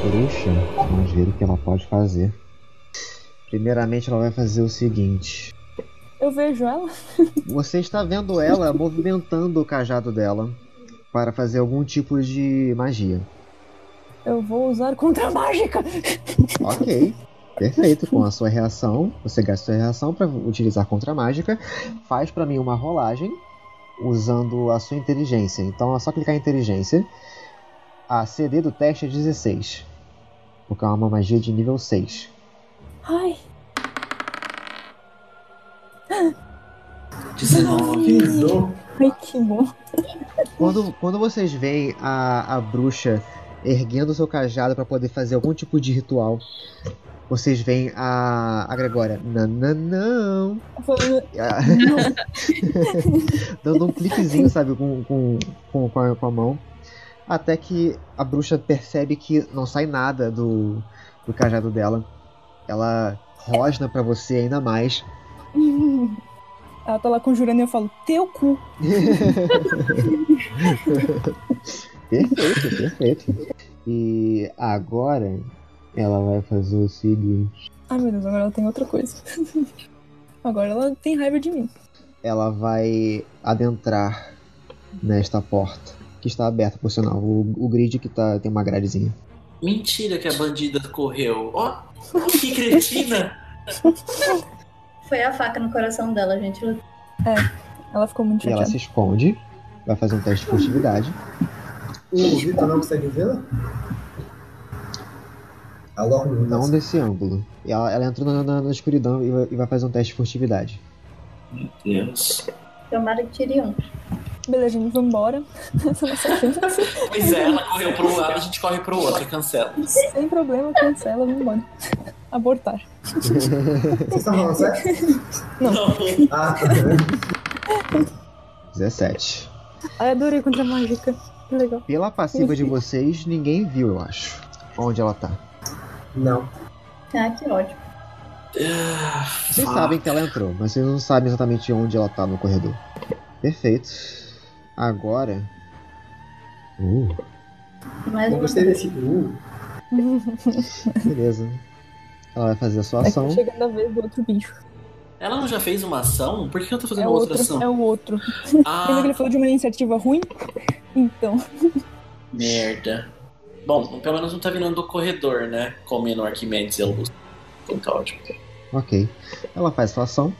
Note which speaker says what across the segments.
Speaker 1: bruxa, vamos ver o que ela pode fazer. Primeiramente, ela vai fazer o seguinte:
Speaker 2: Eu vejo ela.
Speaker 1: você está vendo ela movimentando o cajado dela para fazer algum tipo de magia.
Speaker 2: Eu vou usar contra a mágica.
Speaker 1: Ok. Perfeito, com a sua reação, você gasta sua reação para utilizar contra a mágica, faz pra mim uma rolagem usando a sua inteligência. Então é só clicar em inteligência. A CD do teste é 16, porque é uma magia de nível 6.
Speaker 2: Ai,
Speaker 3: 19.
Speaker 2: ai que bom.
Speaker 1: Quando, quando vocês veem a, a bruxa erguendo seu cajado para poder fazer algum tipo de ritual, vocês veem a, a Gregória, não, não, não,
Speaker 2: Falando,
Speaker 1: Ah. Dando um cliquezinho, sabe, com, com, com, com, a, com a mão. Até que a bruxa percebe que não sai nada do, do cajado dela. Ela rosna pra você ainda mais.
Speaker 2: "Hum." Ela tá lá conjurando e eu falo, teu cu.
Speaker 1: Perfeito, perfeito. E agora ela vai fazer o seguinte:
Speaker 2: Ai meu Deus, agora ela tem outra coisa. Agora ela tem raiva de mim.
Speaker 1: ela vai adentrar nesta porta, que está aberta, por sinal. O, o grid que tá, tem uma gradezinha.
Speaker 3: Mentira que a bandida correu. Ó, que cretina!
Speaker 4: Foi a faca no coração dela, gente. Ela-
Speaker 2: Ela ficou muito
Speaker 1: E ela
Speaker 2: chateada.
Speaker 1: se esconde, vai fazer um teste de furtividade.
Speaker 5: O Vitor não consegue vê-la? Alô,
Speaker 1: Não desse ângulo. E Ela, ela entrou na, na- na escuridão e vai, e vai fazer um teste de furtividade.
Speaker 3: Meu Deus.
Speaker 4: Tomara que tire um.
Speaker 2: Beleza, gente, vambora. Essa é a nossa chance.
Speaker 3: Pois é, ela correu pro lado, a gente corre pro outro, cancela.
Speaker 2: Sem problema, cancela, vambora. Abortar.
Speaker 5: Vocês estão tá falando sério?
Speaker 3: Não.
Speaker 5: Ah, tá.
Speaker 1: 17.
Speaker 2: Ai, adorei contra a mágica. Que legal.
Speaker 1: Pela passiva de vocês, ninguém viu, eu acho. Onde ela tá.
Speaker 5: Não.
Speaker 4: Ah, que ótimo.
Speaker 3: Ah,
Speaker 1: Vocês
Speaker 3: fuck.
Speaker 1: sabem que ela entrou, mas vocês não sabem exatamente onde ela tá no corredor. Perfeito. Agora. Uh,
Speaker 4: Mas
Speaker 5: Eu gostei desse. Uh,
Speaker 1: beleza. Ela vai fazer a sua
Speaker 2: É que
Speaker 1: ação.
Speaker 2: tá chegando a vez do outro bicho.
Speaker 3: Ela não já fez uma ação? Por que eu tô
Speaker 2: É
Speaker 3: fazendo
Speaker 2: o
Speaker 3: outra
Speaker 2: outro,
Speaker 3: ação?
Speaker 2: é o outro. Lembra que
Speaker 3: Ah,
Speaker 2: ele falou de uma iniciativa ruim? Então,
Speaker 3: merda. Bom, pelo menos não tá virando do corredor, né? Comendo Arquimedes e Augusto. Então tá ótimo.
Speaker 1: Ok. Ela faz a sua ação.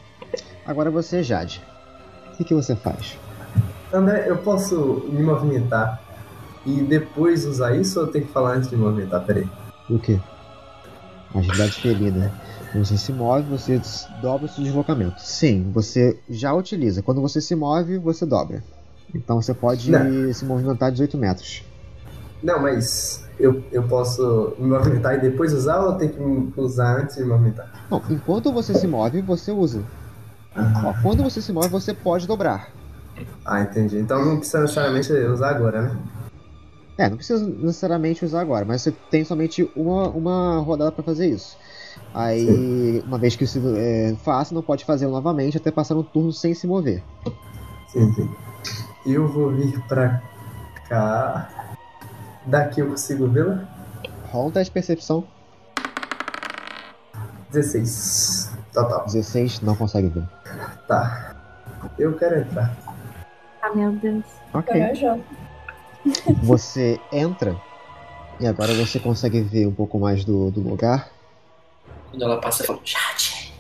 Speaker 1: Agora você, Jade. O que, que você faz?
Speaker 5: André, eu posso me movimentar e depois usar isso ou eu tenho que falar antes de me movimentar? Peraí.
Speaker 1: O quê? Agilidade felina. Você se move, você des- dobra o seu deslocamento. Sim, você já utiliza. Quando você se move, você dobra. Então você pode
Speaker 5: Não.
Speaker 1: se movimentar 18 metros.
Speaker 5: Não, mas eu, eu posso me movimentar e depois usar ou eu tenho que me- usar antes de me movimentar?
Speaker 1: Não, enquanto você se move, você usa. Ó, quando você se move, você pode dobrar.
Speaker 5: Ah, entendi. Então não precisa necessariamente usar agora, né?
Speaker 1: É, não precisa necessariamente usar agora, mas você tem somente uma, uma rodada pra fazer isso. Aí, uma vez que se é, faça, não pode fazer novamente até passar um turno sem se mover.
Speaker 5: Sim, sim. Eu vou vir pra cá. Daqui eu consigo vê-la?
Speaker 1: Rola um teste de percepção.
Speaker 5: 16. Total.
Speaker 1: 16, não consegue ver.
Speaker 5: Tá. Eu quero entrar.
Speaker 6: Ah, meu Deus.
Speaker 1: Ok.
Speaker 4: agora eu jogo.
Speaker 1: Você entra e agora você consegue ver um pouco mais do, do lugar.
Speaker 3: Quando ela passa, eu falo, Jade.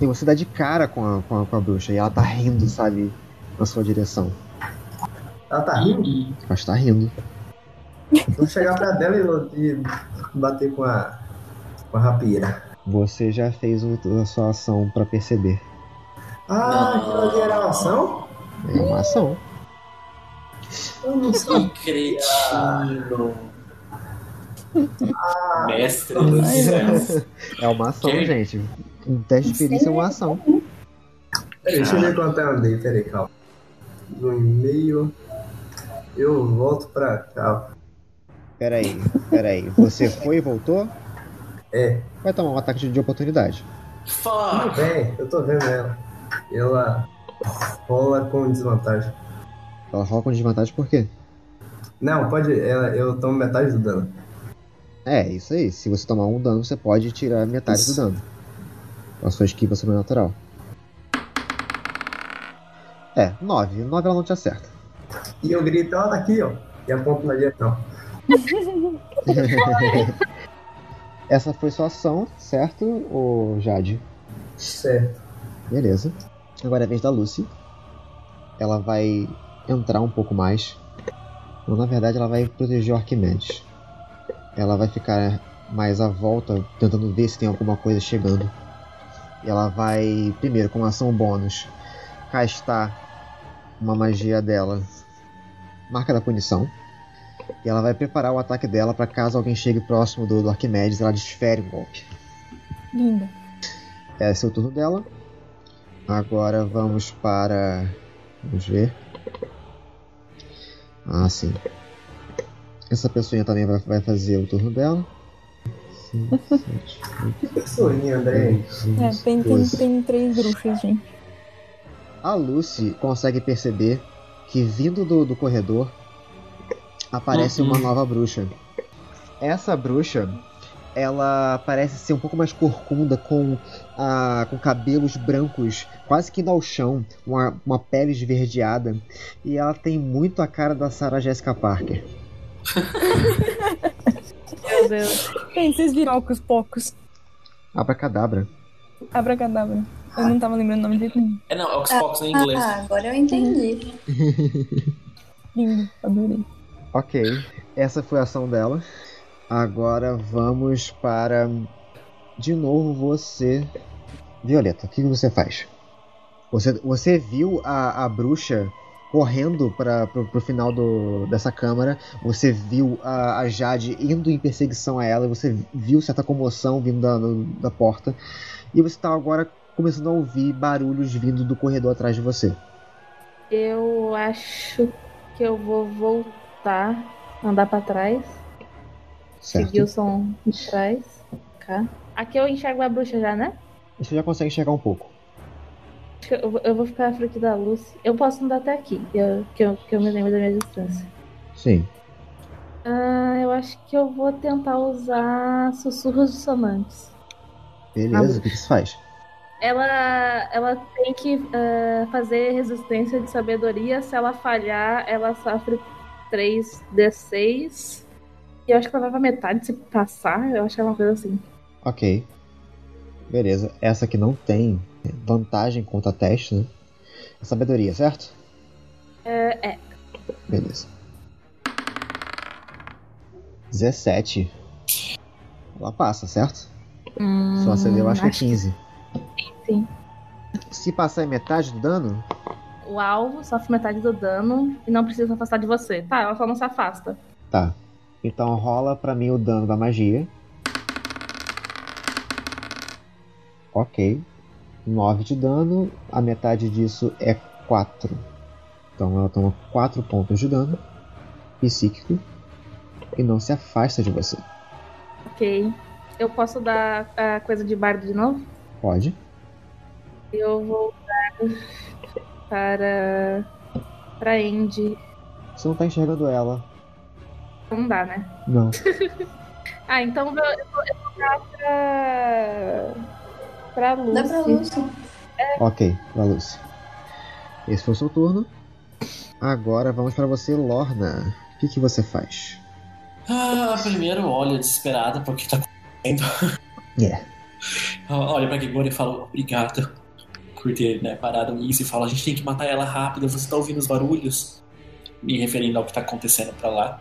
Speaker 1: E você dá de cara com a, com a, com a bruxa e ela tá rindo, sabe? Na sua direção.
Speaker 5: Ela tá rindo?
Speaker 1: Ela está rindo.
Speaker 5: Vou chegar pra dela e vou- e bater com a, com a rapieira.
Speaker 1: Você já fez o- a sua ação pra perceber.
Speaker 5: Ah, aquilo ali era uma ação?
Speaker 1: É uma ação.
Speaker 5: Eu não sei.
Speaker 3: Que cretino.
Speaker 5: Ah,
Speaker 3: Mestre do
Speaker 5: Ai,
Speaker 3: céu.
Speaker 1: É uma ação,
Speaker 3: Ok.
Speaker 1: gente. Um teste de perícia é uma ação.
Speaker 5: peraí, deixa eu ver quanto eu andei. Peraí, calma. No e-mail. Eu volto pra cá.
Speaker 1: Peraí, peraí. Você foi e voltou?
Speaker 5: É.
Speaker 1: Vai tomar um ataque de- de oportunidade.
Speaker 3: Fuck.
Speaker 5: Tudo bem, é, eu tô vendo ela. Ela rola com desvantagem.
Speaker 1: Ela rola com desvantagem por quê?
Speaker 5: Não, pode. Ela, eu tomo metade do dano.
Speaker 1: É, isso aí. Se você tomar um dano, você pode tirar metade do dano. Com a sua esquiva sobrenatural. É, 9. 9 ela não te acerta.
Speaker 5: E eu grito, ó, tá aqui, ó. E aponto na direção.
Speaker 1: Essa foi sua ação, certo, ô Jade?
Speaker 5: Certo.
Speaker 1: Beleza. Agora é a vez da Lucy. Ela vai entrar um pouco mais. Ou, na verdade, ela vai proteger o Arquimedes. Ela vai ficar mais à volta, tentando ver se tem alguma coisa chegando. E ela vai, primeiro, com uma ação bônus, castar uma magia dela. Marca da punição. E ela vai preparar o ataque dela para caso alguém chegue próximo do, do Arquimedes, ela desfere o golpe.
Speaker 2: Linda.
Speaker 1: É esse é o turno dela. Agora vamos para. Vamos ver. Ah, sim. Essa pessoinha também vai, vai fazer o turno dela. Cinco, sete,
Speaker 5: Que pessoinha, né? André.
Speaker 1: oito,
Speaker 2: É,
Speaker 1: onze,
Speaker 2: tem, tem,
Speaker 1: doze.
Speaker 2: tem três bruxas, gente.
Speaker 1: A Lucy consegue perceber que vindo do, do corredor aparece
Speaker 3: Uhum.
Speaker 1: uma nova bruxa. Essa bruxa, ela parece ser um pouco mais corcunda, com, ah, com cabelos brancos, quase que indo ao chão, uma, uma pele esverdeada. E ela tem muito a cara da Sarah Jessica Parker.
Speaker 6: Meu Deus.
Speaker 2: Bem, vocês viram Ocus Pocos.
Speaker 1: Abracadabra.
Speaker 2: Abracadabra. Eu não tava lembrando o nome de jeito nenhum.
Speaker 3: É não, é Xbox em inglês.
Speaker 4: Ah, agora eu entendi.
Speaker 2: Lindo, adorei.
Speaker 1: Ok, essa foi a ação dela. Agora vamos para. De novo você. Violeta, o que você faz? Você, você viu a, a bruxa correndo para pro, pro final do, dessa câmara, você viu a, a Jade indo em perseguição a ela, você viu certa comoção vindo da, do- da porta, e você tá agora começando a ouvir barulhos vindo do corredor atrás de você.
Speaker 6: Eu acho que eu vou voltar, andar pra trás, seguir o
Speaker 1: Certo?
Speaker 6: som de trás. Cá. Aqui eu enxergo a bruxa já, né?
Speaker 1: Você já consegue enxergar um pouco.
Speaker 6: Acho que eu, vou- eu vou ficar à frente da luz. Eu posso andar até aqui, eu- que, eu, que eu me lembro da minha distância.
Speaker 1: Sim.
Speaker 6: Ah, eu acho que eu vou tentar usar sussurros dissonantes.
Speaker 1: Beleza, o que que você faz?
Speaker 6: Ela, ela tem que ah, fazer resistência de sabedoria. Se ela falhar, ela sofre 3d6. E eu acho que ela vai pra metade se passar. Eu acho que é uma coisa assim.
Speaker 1: Ok. Beleza. Essa aqui não tem vantagem contra teste, né? É Sabedoria, certo?
Speaker 6: É, é.
Speaker 1: Beleza. 17. Ela passa, certo? Só você deu, acho que é 15.
Speaker 6: sim.
Speaker 1: Se passar em metade do dano,
Speaker 6: O alvo sofre metade do dano e não precisa se afastar de você. Tá, ela só não se afasta.
Speaker 1: tá. Então rola pra mim o dano da magia. Ok. 9 de dano, a metade disso é 4. Então ela toma 4 pontos de dano psíquico e não se afasta de você.
Speaker 6: Ok. Eu posso dar a coisa de bardo de novo?
Speaker 1: Pode?
Speaker 6: Eu vou dar para. para Andy.
Speaker 1: Você não tá enxergando ela.
Speaker 6: Não dá, né?
Speaker 1: Não.
Speaker 6: Ah, então eu, vou- eu vou eu vou dar pra. pra Lucy.
Speaker 4: Dá pra Lúcia.
Speaker 1: Ok, da Lucy. Esse foi o seu turno. Agora vamos pra você, Lorna. O que, que você faz?
Speaker 3: Ah, primeiro olho desesperada porque tá
Speaker 1: É.
Speaker 3: Olha pra Gregor e fala obrigado por ter né, parado isso e fala a gente tem que matar ela rápido, você tá ouvindo os barulhos? Me referindo ao que tá acontecendo pra lá.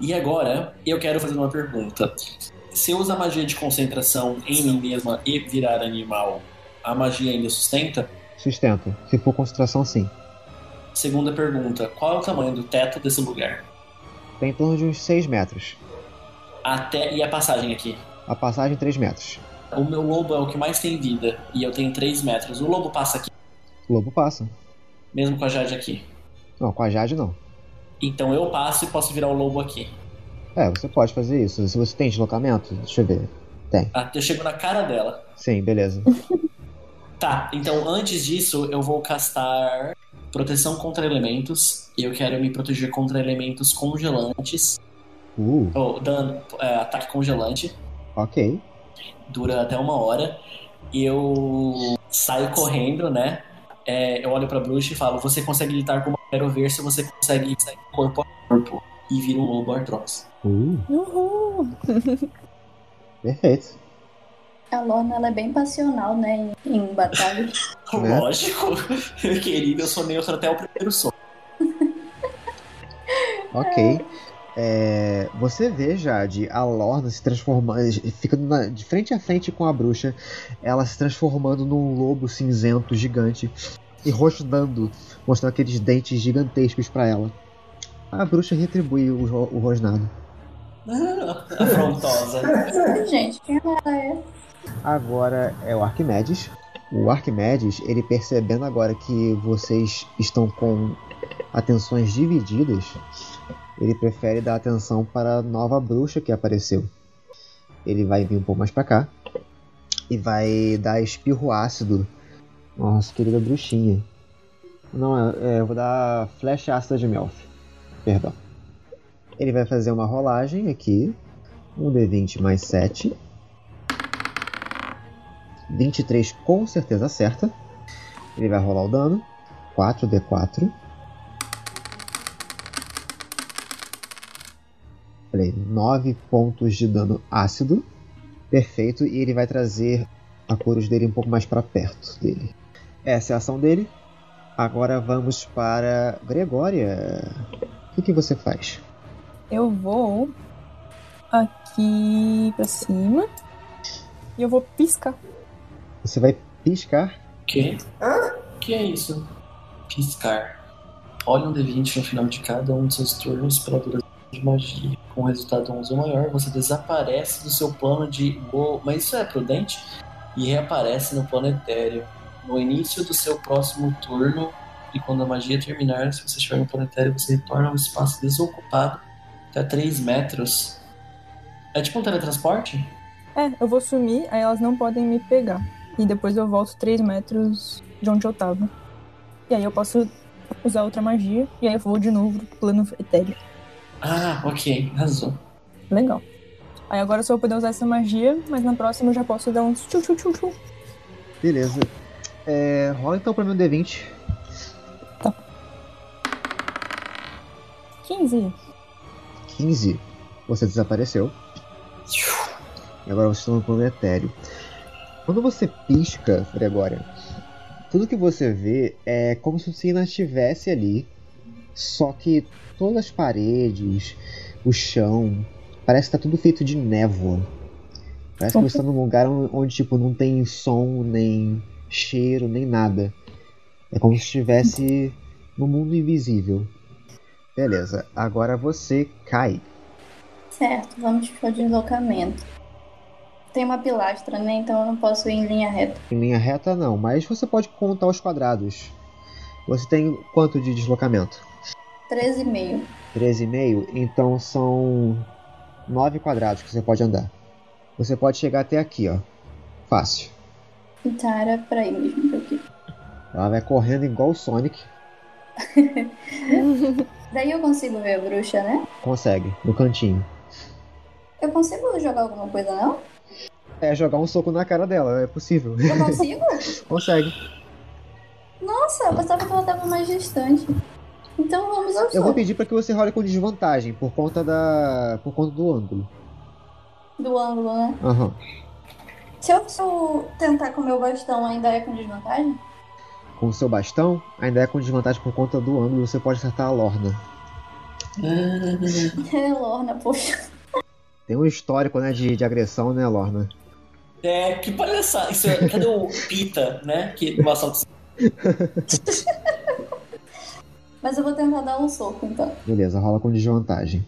Speaker 3: E agora, eu quero fazer uma pergunta. Se eu usar magia de concentração em mim mesma e virar animal, a magia ainda sustenta?
Speaker 1: Sustenta. Se for concentração, sim.
Speaker 3: Segunda pergunta, qual é o tamanho do teto desse lugar?
Speaker 1: Tem em torno de uns 6 metros.
Speaker 3: Até e a passagem aqui?
Speaker 1: A passagem, 3 metros.
Speaker 3: O meu lobo é o que mais tem vida e eu tenho 3 metros. O lobo passa aqui,
Speaker 1: O lobo passa.
Speaker 3: mesmo com a Jade aqui.
Speaker 1: Não, com a Jade não.
Speaker 3: Então eu passo e posso virar o lobo aqui.
Speaker 1: É, você pode fazer isso. Se você tem deslocamento, deixa eu ver.
Speaker 3: Até Ah, eu chego na cara dela.
Speaker 1: Sim, beleza.
Speaker 3: Tá, então antes disso eu vou castar proteção contra elementos. E eu quero me proteger contra elementos congelantes
Speaker 1: Uh,
Speaker 3: Ou dano, é, ataque congelante,
Speaker 1: ok.
Speaker 3: dura até uma hora. E eu saio correndo, né? É, eu olho pra bruxa e falo: Você consegue lutar como eu quero ver se você consegue sair corpo a corpo. E vira um lobo artros.
Speaker 1: Uh,
Speaker 2: Uhul!
Speaker 1: perfeito.
Speaker 4: A Lorna, ela é bem passional, né, em, em batalha.
Speaker 1: Né?
Speaker 3: Lógico, querido, eu sou neutro até o primeiro som.
Speaker 1: Ok. É, você vê, Jade, a Lorna se transformando, ficando na- de frente a frente com a bruxa, ela se transformando num lobo cinzento gigante e rosnando, mostrando aqueles dentes gigantescos pra ela. A bruxa retribui o, ro- o rosnado.
Speaker 3: Afrontosa.
Speaker 1: É.
Speaker 4: Gente, quem ela é?
Speaker 1: Agora é o Arquimedes. O Arquimedes, ele percebendo agora que vocês estão com atenções divididas, ele prefere dar atenção para a nova bruxa que apareceu. Ele vai vir um pouco mais pra cá e vai dar espirro ácido. Nossa querida bruxinha. Não, é- é, eu vou dar flecha ácida de Melf. Perdão. Ele vai fazer uma rolagem aqui. Um D20 mais 7. 23 com certeza acerta. Ele vai rolar o dano. 4d4. Falei, 9 pontos de dano ácido. Perfeito. E ele vai trazer a Corus dele um pouco mais pra perto dele. Essa é a ação dele. Agora vamos para Gregória. O que, que você faz?
Speaker 2: Eu vou aqui pra cima. E eu vou piscar.
Speaker 1: Você vai piscar.
Speaker 3: que? que é isso? Piscar. Olha um D20 no final de cada um de seus turnos pela duração de magia. Com um resultado 11 ou maior, você desaparece do seu plano de. Uou, mas isso é prudente? E reaparece no plano etéreo. No início do seu próximo turno, e quando a magia terminar, se você estiver no plano etéreo, você retorna ao espaço desocupado até 3 metros. É tipo um teletransporte?
Speaker 2: É, eu vou sumir, aí elas não podem me pegar. E depois eu volto 3 metros de onde eu tava. E aí eu posso usar outra magia. E aí eu vou de novo pro plano etéreo.
Speaker 3: Ah, ok, razão.
Speaker 2: Legal. Aí agora eu só vou poder usar essa magia, mas na próxima eu já posso dar um tchu tchu tchu tchu.
Speaker 1: Beleza. É, rola então pra mim um D20.
Speaker 2: 15.
Speaker 1: 15, você desapareceu. E agora você está no plano etéreo. Quando você pisca, Gregória, tudo que você vê é como se você ainda estivesse ali, só que todas as paredes, o chão, parece que tá tudo feito de névoa. Parece que você está num lugar on- onde tipo não tem som, nem cheiro, nem nada. É como se estivesse no mundo invisível. Beleza, agora você cai.
Speaker 4: Certo, vamos pro deslocamento. Tem uma pilastra, né? Então eu não posso ir em linha reta.
Speaker 1: Em linha reta não, mas você pode contar os quadrados. Você tem quanto de deslocamento?
Speaker 4: 13,5.
Speaker 1: 13,5, então são 9 quadrados que você pode andar. Você pode chegar até aqui, ó. Fácil.
Speaker 4: Então era pra ir mesmo, porque
Speaker 1: Ela vai correndo igual o Sonic.
Speaker 4: Daí eu consigo ver a bruxa, né?
Speaker 1: Consegue, no cantinho.
Speaker 4: Eu consigo jogar alguma coisa, não?
Speaker 1: É jogar um soco na cara dela, é possível.
Speaker 4: Eu consigo?
Speaker 1: Consegue.
Speaker 4: Nossa, eu pensava que ela tava mais distante. Então vamos ao
Speaker 1: Eu vou
Speaker 4: soco
Speaker 1: pedir pra que você role com desvantagem por conta da. por conta do ângulo.
Speaker 4: do ângulo, né?
Speaker 1: Aham.
Speaker 4: Se eu, se eu tentar com o meu bastão, ainda é com desvantagem?
Speaker 1: Com o seu bastão, ainda é com desvantagem por conta do ângulo, você pode acertar a Lorna.
Speaker 4: É, Lorna, poxa.
Speaker 1: Tem um histórico, né, de, de agressão, né, Lorna?
Speaker 3: É, que palhaçada. Isso é, cadê o Pita, né? Que o assalto.
Speaker 4: Mas eu vou tentar dar um soco, então.
Speaker 1: Beleza, rola com desvantagem.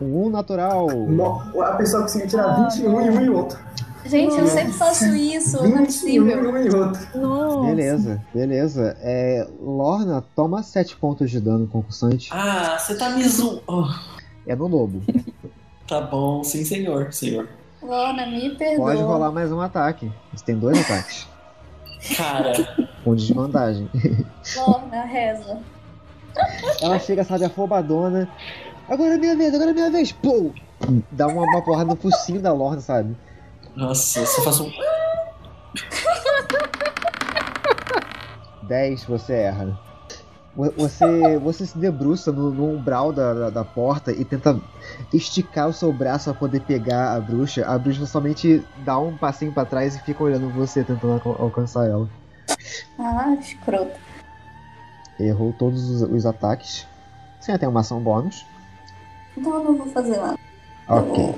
Speaker 1: Um natural.
Speaker 5: Mo- A pessoa conseguiu tirar 21 em um e outro.
Speaker 4: Gente, eu sempre faço isso, não é
Speaker 5: 21 em
Speaker 4: possível.
Speaker 5: um e outro.
Speaker 2: Nossa.
Speaker 1: Beleza, beleza. É, Lorna toma 7 pontos de dano concursante.
Speaker 3: Ah, você tá me zoando. Oh,
Speaker 1: É no lobo.
Speaker 3: tá bom, sim, senhor, senhor.
Speaker 4: Lorna, me perdoa.
Speaker 1: Pode rolar mais um ataque. Você tem dois ataques.
Speaker 3: Cara,
Speaker 1: Com desvantagem.
Speaker 4: Lorna, reza.
Speaker 1: Ela chega, sabe, afobadona. Agora é minha vez, agora é minha vez. Pô! Dá uma, uma porrada no focinho da Lorna, sabe?
Speaker 3: Nossa, eu só faço um.
Speaker 1: 10, você erra. Vo- Você, você se debruça no, no umbral da, da, da porta e tenta esticar o seu braço pra poder pegar a bruxa. A bruxa somente dá um passinho pra trás e fica olhando você, tentando alca- alcançar ela.
Speaker 4: Ah, escroto.
Speaker 1: Errou todos os, os ataques. Você ainda tem uma ação bônus.
Speaker 4: Então eu não vou fazer nada.
Speaker 1: Ok,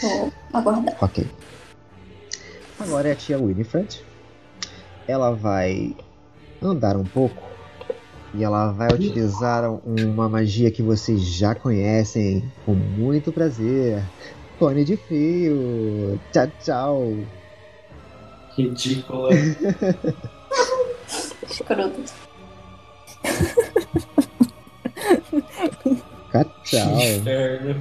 Speaker 4: Vou aguardar.
Speaker 1: ok. Agora é a tia Winifred. Ela vai andar um pouco. E ela vai utilizar uma magia que vocês já conhecem com muito prazer. Cone de frio. Tchau, tchau.
Speaker 3: Ridícula.
Speaker 4: Escroto.
Speaker 1: Tchau, tchau.
Speaker 3: Inferno.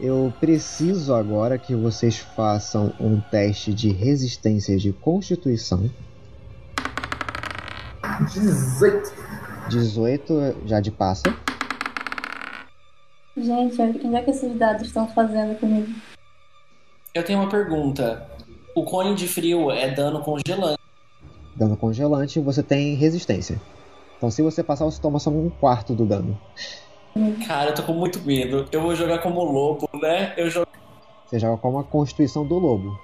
Speaker 1: Eu preciso agora que vocês façam um teste de resistência de constituição.
Speaker 5: 18.
Speaker 1: 18 já de passa.
Speaker 4: Gente, onde é que esses dados estão fazendo comigo?
Speaker 3: Eu tenho uma pergunta. O cone de frio é dano congelante.
Speaker 1: Dano congelante, você tem resistência. Então se você passar, você toma só um quarto do dano.
Speaker 3: Cara, eu tô com muito medo. Eu vou jogar como lobo, né? Eu jogo.
Speaker 1: Você joga com é a constituição do lobo.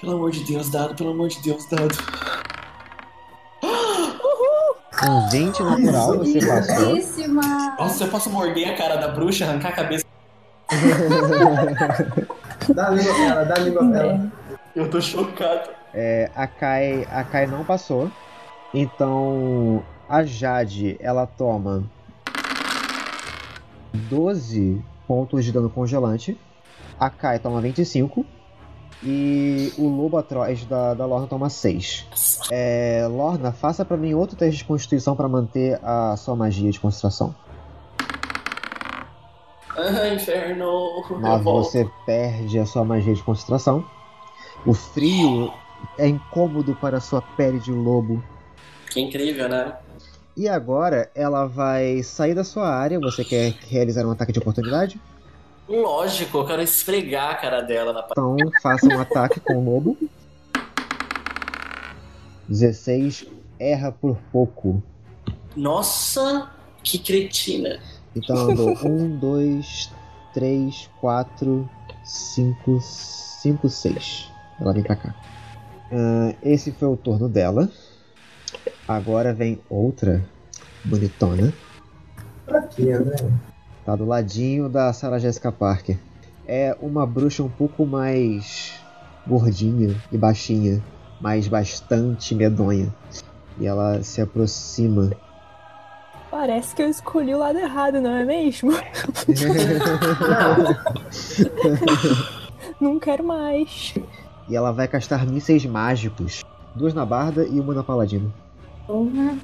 Speaker 3: Pelo amor de Deus, dado, pelo amor de Deus, dado.
Speaker 1: Um 20 natural você passou.
Speaker 4: Belíssima!
Speaker 3: Nossa, eu posso morder a cara da bruxa, arrancar a cabeça.
Speaker 5: Dá a língua pra ela, dá a língua pra
Speaker 2: É.
Speaker 5: ela.
Speaker 3: Eu tô chocado.
Speaker 1: É, a, Kai, a Kai não passou. Então a Jade, ela toma 12 pontos de dano congelante. A Kai toma 25. E o lobo atroz da, da Lorna toma 6. É, Lorna, faça pra mim outro teste de constituição pra manter a sua magia de concentração.
Speaker 3: Ah, inferno. Eu
Speaker 1: Mas
Speaker 3: volto.
Speaker 1: você perde a sua magia de concentração. O frio é incômodo para a sua pele de lobo.
Speaker 3: Que incrível, né?
Speaker 1: E agora ela vai sair da sua área. Você quer realizar um ataque de oportunidade?
Speaker 3: Lógico, eu quero esfregar a cara dela na parede.
Speaker 1: Então faça um ataque com o lobo. 16 erra por pouco.
Speaker 3: Nossa, que cretina.
Speaker 1: Então eu dou 1, 2, 3, 4, 5, 5, 6. Ela vem pra cá. Ahn, esse foi o turno dela. Agora vem outra bonitona.
Speaker 5: Fraquinha, né?
Speaker 1: Tá do ladinho da Sarah Jessica Parker. É uma bruxa um pouco mais gordinha e baixinha, mas bastante medonha. E ela se aproxima.
Speaker 2: Parece que eu escolhi o lado errado, não é mesmo? Não quero mais.
Speaker 1: e ela vai castar mísseis mágicos. Duas na barda e uma na paladina.
Speaker 6: Porra.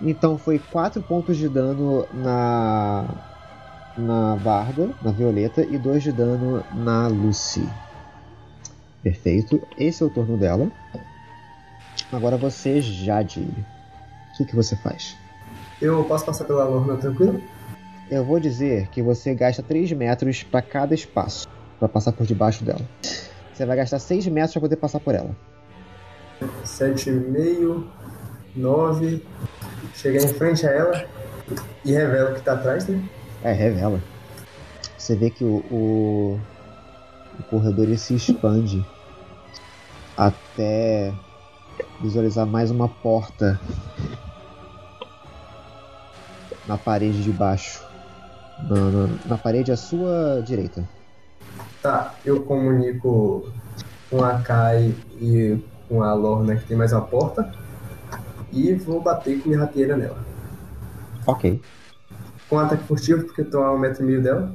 Speaker 1: Então foi 4 pontos de dano na na Barda, na Violeta, e 2 de dano na Lucy. Perfeito. Esse é o turno dela. Agora você, Jade. O que, que você faz?
Speaker 5: Eu posso passar pela Lorna tranquilo?
Speaker 1: Eu vou dizer que você gasta 3 metros para cada espaço, para passar por debaixo dela. Você vai gastar 6 metros para poder passar por ela.
Speaker 5: 7,5, 9. Chegar em frente a ela e revela o que tá atrás, né?
Speaker 1: É, revela. Você vê que o, o, o corredor ele se expande até visualizar mais uma porta na parede de baixo. Na, na- na parede à sua direita.
Speaker 5: Tá, eu comunico com a Kai e com a Lorna que tem mais uma porta. E vou bater com minha rateira nela.
Speaker 1: Ok.
Speaker 5: Com ataque furtivo, porque eu tô a um metro e meio dela.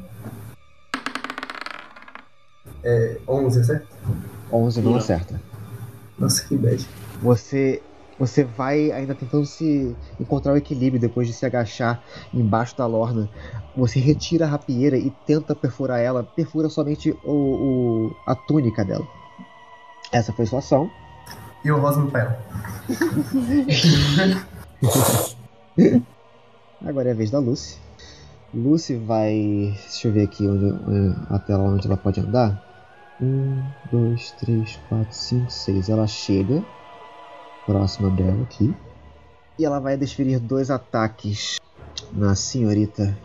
Speaker 5: É 11, certo?
Speaker 1: 11 não
Speaker 3: Não.
Speaker 1: acerta.
Speaker 5: Nossa, que bad.
Speaker 1: Você você vai ainda tentando se encontrar o equilíbrio depois de se agachar embaixo da lorna. Você retira a rapieira e tenta perfurar ela, perfura somente o, o- a túnica dela. Essa foi sua ação.
Speaker 5: E o Rosa no pé.
Speaker 1: Agora é a vez da Lucy. Lucy vai. Deixa eu ver aqui onde, eh, a tela onde ela pode andar. Um, dois, três, quatro, cinco, seis. Ela chega próxima dela aqui. E ela vai desferir dois ataques na senhorita.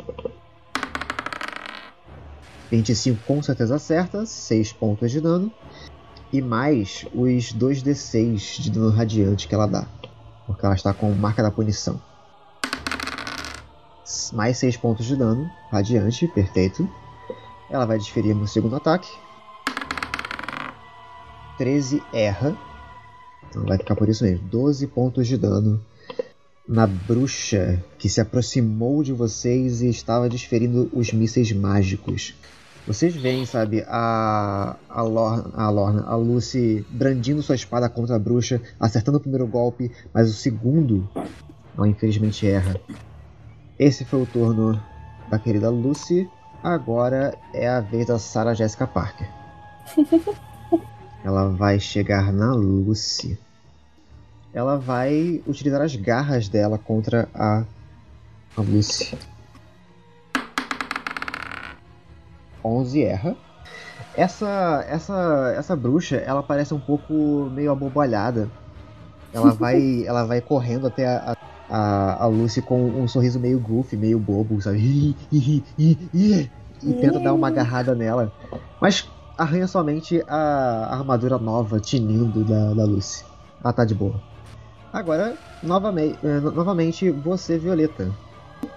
Speaker 1: 25 com certeza acerta, 6 pontos de dano. E mais os 2d6 de dano radiante que ela dá. Porque ela está com marca da punição. Mais 6 pontos de dano radiante, perfeito. Ela vai desferir no segundo ataque. 13 erra. Então vai ficar por isso mesmo. 12 pontos de dano na bruxa que se aproximou de vocês e estava desferindo os mísseis mágicos. Vocês veem, sabe, a, a, Lorna, a Lorna, a Lucy brandindo sua espada contra a bruxa, acertando o primeiro golpe, mas o segundo, ela infelizmente erra. Esse foi o turno da querida Lucy. Agora é a vez da Sarah Jessica Parker. Ela vai chegar na Lucy ela vai utilizar as garras dela contra a, a Lucy. 11 erra. Essa, essa, essa bruxa, ela parece um pouco meio abobalhada. Ela vai, ela vai correndo até a, a, a Lucy com um sorriso meio goofy, meio bobo, sabe? Ih, ih, ih, ih, E tenta dar uma agarrada nela. Mas arranha somente a armadura nova, tinindo da, da Lucy. Ela tá de boa. Agora, novamente, novamente, você, Violeta.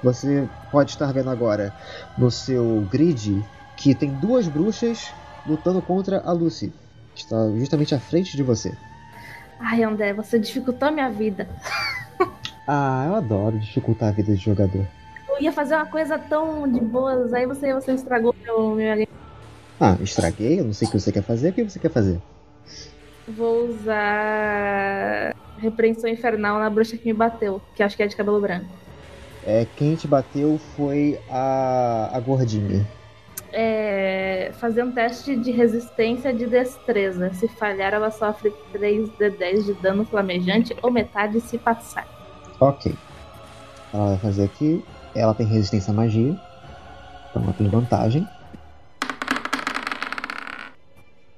Speaker 1: Você pode estar vendo agora no seu grid que tem duas bruxas lutando contra a Lucy. que Está justamente à frente de você.
Speaker 6: Ai, André, você dificultou a minha vida.
Speaker 1: Ah, eu adoro dificultar a vida de jogador.
Speaker 6: Eu ia fazer uma coisa tão de boas, aí você, você estragou meu, meu.
Speaker 1: Ah, estraguei, eu não sei o que você quer fazer, o que você quer fazer?
Speaker 6: Vou usar. Repreensão Infernal na bruxa que me bateu, que acho que é de cabelo branco.
Speaker 1: É, quem te bateu foi a, a gordinha.
Speaker 6: É, fazer um teste de resistência de destreza. Se falhar, ela sofre 3d10 de dano flamejante ou metade se passar.
Speaker 1: Ok. Ela vai fazer aqui. Ela tem resistência à magia. Então ela tem vantagem.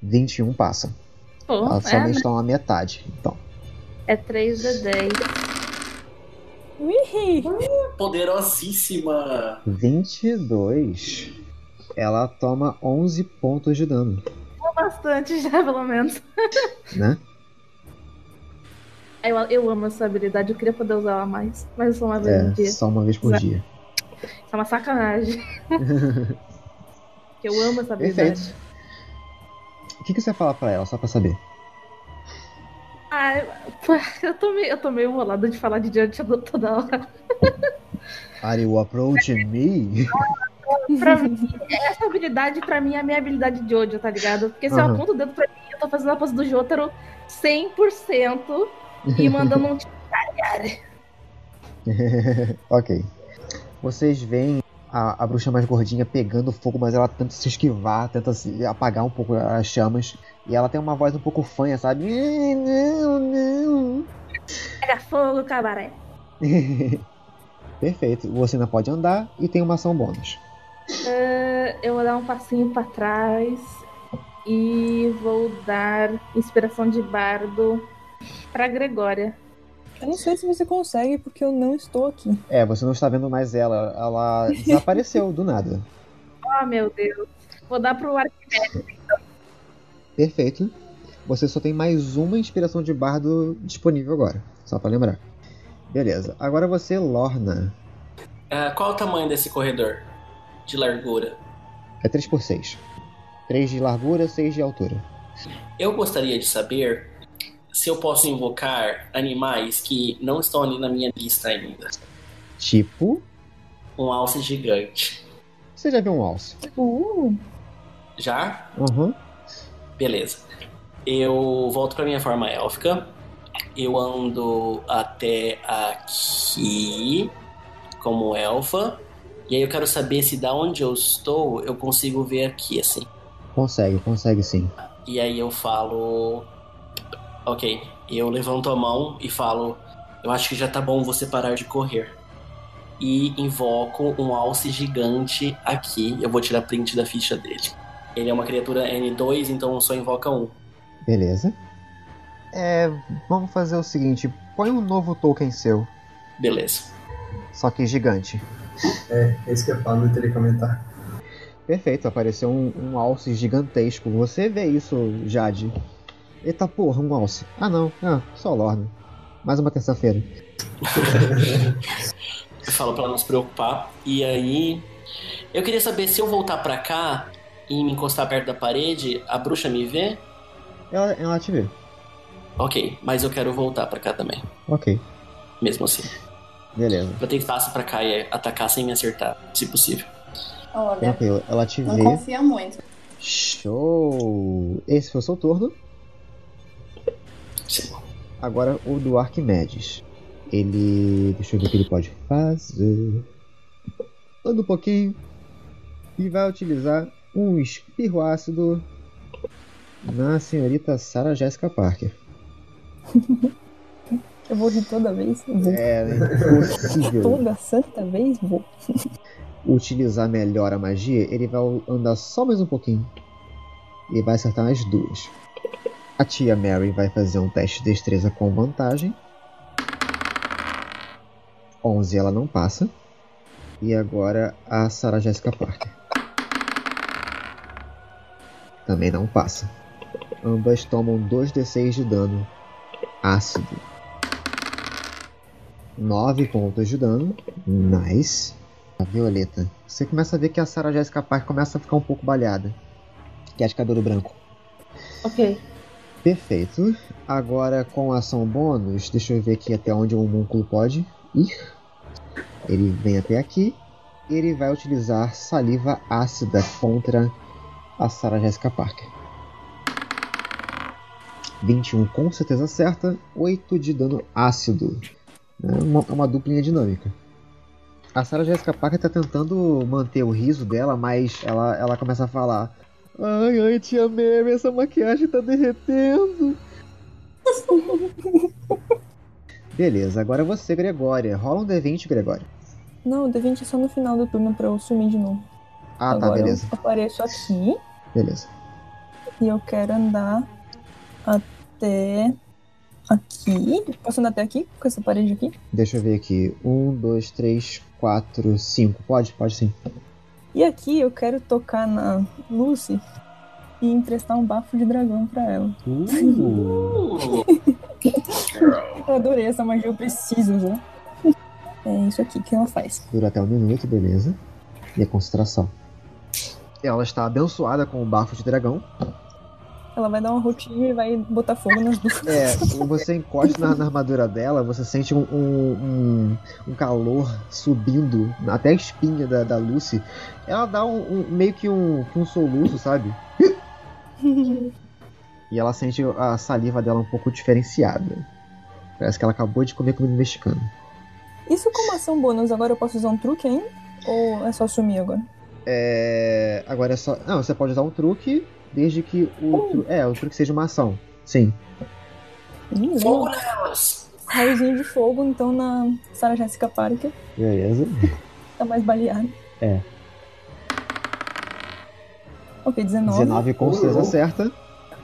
Speaker 1: 21 passa.
Speaker 6: Pô,
Speaker 1: Ela
Speaker 6: é,
Speaker 1: somente toma metade. Então.
Speaker 6: é 3d10.
Speaker 2: Ui!
Speaker 3: Poderosíssima!
Speaker 1: 22. Ela toma 11 pontos de dano,
Speaker 6: Bastante já, pelo menos.
Speaker 1: né?
Speaker 6: É, Eu, eu amo essa habilidade, eu queria poder usar ela mais. Mas só uma vez no
Speaker 1: É,
Speaker 6: dia.
Speaker 1: só uma vez por
Speaker 6: Exato.
Speaker 1: dia.
Speaker 6: Isso é uma sacanagem. eu amo essa habilidade.
Speaker 1: Perfeito. O que, que você fala pra ela, só pra saber?
Speaker 6: Ai, pô, eu tô meio, eu tô meio bolada de falar de diante do toda hora.
Speaker 1: Are you approaching me?
Speaker 6: Pra mim, essa habilidade pra mim é a minha habilidade de ódio, tá ligado? Porque se eu
Speaker 1: Aham.
Speaker 6: aponto o dedo pra mim, eu tô fazendo a pose do Jotaro 100% e mandando um tipo.
Speaker 1: ok. Vocês veem a, a bruxa mais gordinha pegando fogo, mas ela tenta se esquivar, tenta se apagar um pouco as chamas. E ela tem uma voz um pouco fanha, sabe? "Eh, Não, não.
Speaker 6: Pega fogo, cabaré.
Speaker 1: Perfeito. Você ainda pode andar e tem uma ação bônus.
Speaker 6: Eh, eu vou dar um passinho pra trás e vou dar inspiração de bardo pra Gregória.
Speaker 2: Eu não sei se você consegue, porque eu não estou aqui.
Speaker 1: É, você não está vendo mais ela. Ela desapareceu do nada.
Speaker 6: Oh, meu Deus. Vou dar pro Arquimedes.
Speaker 1: Perfeito. Você só tem mais uma inspiração de bardo disponível agora. Só pra lembrar. Beleza. Agora você, Lorna.
Speaker 3: Ah, qual o tamanho desse corredor de largura?
Speaker 1: É 3x6. 3 de largura, 6 de altura.
Speaker 3: Eu gostaria de saber se eu posso invocar animais que não estão ali na minha lista ainda.
Speaker 1: Tipo,
Speaker 3: Um alce gigante.
Speaker 1: você já viu um alce.
Speaker 2: Uh!
Speaker 3: Já?
Speaker 1: Uhum.
Speaker 3: Beleza. Eu volto pra minha forma élfica. Eu ando até aqui como elfa. E aí eu quero saber se da onde eu estou eu consigo ver aqui assim.
Speaker 1: Consegue, consegue sim.
Speaker 3: E aí eu falo. Ok. Eu levanto a mão e falo. Eu acho que já tá bom você parar de correr. e invoco um alce gigante aqui. Eu vou tirar print da ficha dele. Ele é uma criatura N2, então só invoca um.
Speaker 1: Beleza. É, vamos fazer o seguinte: põe um novo token seu,
Speaker 3: Beleza.
Speaker 1: só que gigante.
Speaker 5: É isso que eu falo, não teria que aumentar.
Speaker 1: Perfeito, apareceu um, um alce gigantesco. Você vê isso, Jade? Eita porra, um alce. Ah não, ah, só Lorna. Mais uma terça-feira.
Speaker 3: Eu falo pra ela não se preocupar. E aí. Eu queria saber se eu voltar pra cá e me encostar perto da parede, a bruxa me vê?
Speaker 1: Ela, ela te vê.
Speaker 3: Ok, mas eu quero voltar pra cá também.
Speaker 1: Ok,
Speaker 3: Mesmo assim.
Speaker 1: beleza.
Speaker 3: Pra tentar passar pra cá e atacar sem me acertar, se possível.
Speaker 4: Olha,
Speaker 1: Tranquilo, ela te
Speaker 4: não
Speaker 1: vê.
Speaker 4: confia muito.
Speaker 1: Show! Esse foi o seu turno.
Speaker 3: Sim.
Speaker 1: Agora o do Arquimedes. Ele. Deixa eu ver o que ele pode fazer. Anda um pouquinho. E vai utilizar um espirro ácido na senhorita Sarah Jessica Parker.
Speaker 2: Eu vou rir toda vez? Vou.
Speaker 1: É impossível
Speaker 2: Toda santa vez? Vou.
Speaker 1: utilizar melhor a magia. Ele vai andar só mais um pouquinho. E vai acertar as duas. A tia Mary vai fazer um teste de destreza com vantagem. 11 ela não passa. E agora a Sarah Jessica Parker. Também não passa. Ambas tomam 2d6 de dano ácido. 9 pontos de dano. Nice. A Violeta. Você começa a ver que a Sarah Jessica Parker começa a ficar um pouco baleada. Que é de cabelo branco.
Speaker 6: Ok.
Speaker 1: Perfeito. Agora com a ação bônus, deixa eu ver aqui até onde o homúnculo pode ir. Ele vem até aqui. Ele vai utilizar saliva ácida contra a Sarah Jessica Parker. 21 com certeza acerta, 8 de dano ácido. É uma, é uma duplinha dinâmica. A Sarah Jessica Parker tá tentando manter o riso dela, mas ela, ela começa a falar Ai, ai, tia Mary, essa maquiagem tá derretendo. Beleza, agora é você, Gregória. Rola um D20, Gregória.
Speaker 2: Não, o D20 é só no final do turno pra eu sumir de novo.
Speaker 1: Ah, tá,
Speaker 2: Agora é um.
Speaker 1: beleza.
Speaker 2: eu apareço aqui
Speaker 1: Beleza.
Speaker 2: e eu quero andar até aqui. Posso andar até aqui? Com essa parede aqui?
Speaker 1: Deixa eu ver aqui. Um, dois, três, quatro, cinco. Pode? Pode sim.
Speaker 2: E aqui eu quero tocar na Lucy e emprestar um bafo de dragão pra ela.
Speaker 1: Uh,
Speaker 6: Uhum.
Speaker 2: Eu adorei essa magia, eu preciso usar. É isso aqui que ela faz.
Speaker 1: dura até um minuto, beleza. E a concentração. Ela está abençoada com o bafo de dragão.
Speaker 2: Ela vai dar uma rotinha e vai botar fogo nas duas.
Speaker 1: É, você encosta na, na armadura dela, você sente um, um, um- um calor subindo até a espinha da, da Lucy. Ela dá um, um- meio que um, que um soluço, sabe? E ela sente a saliva dela um pouco diferenciada. Parece que ela acabou de comer comida mexicana.
Speaker 2: Isso como ação bônus, agora eu posso usar um truque ainda? Ou é só sumir agora?
Speaker 1: É, agora é só. Não, você pode usar um truque desde que o, tru- é, o truque seja uma ação. Sim.
Speaker 2: Hum, legal.
Speaker 3: Fogo né? nelas!
Speaker 2: Raiozinho de fogo, então, na Sarah Jessica Parker.
Speaker 1: Beleza.
Speaker 2: Tá mais baleada.
Speaker 1: É.
Speaker 2: Ok, 19.
Speaker 1: 19 com certeza acerta.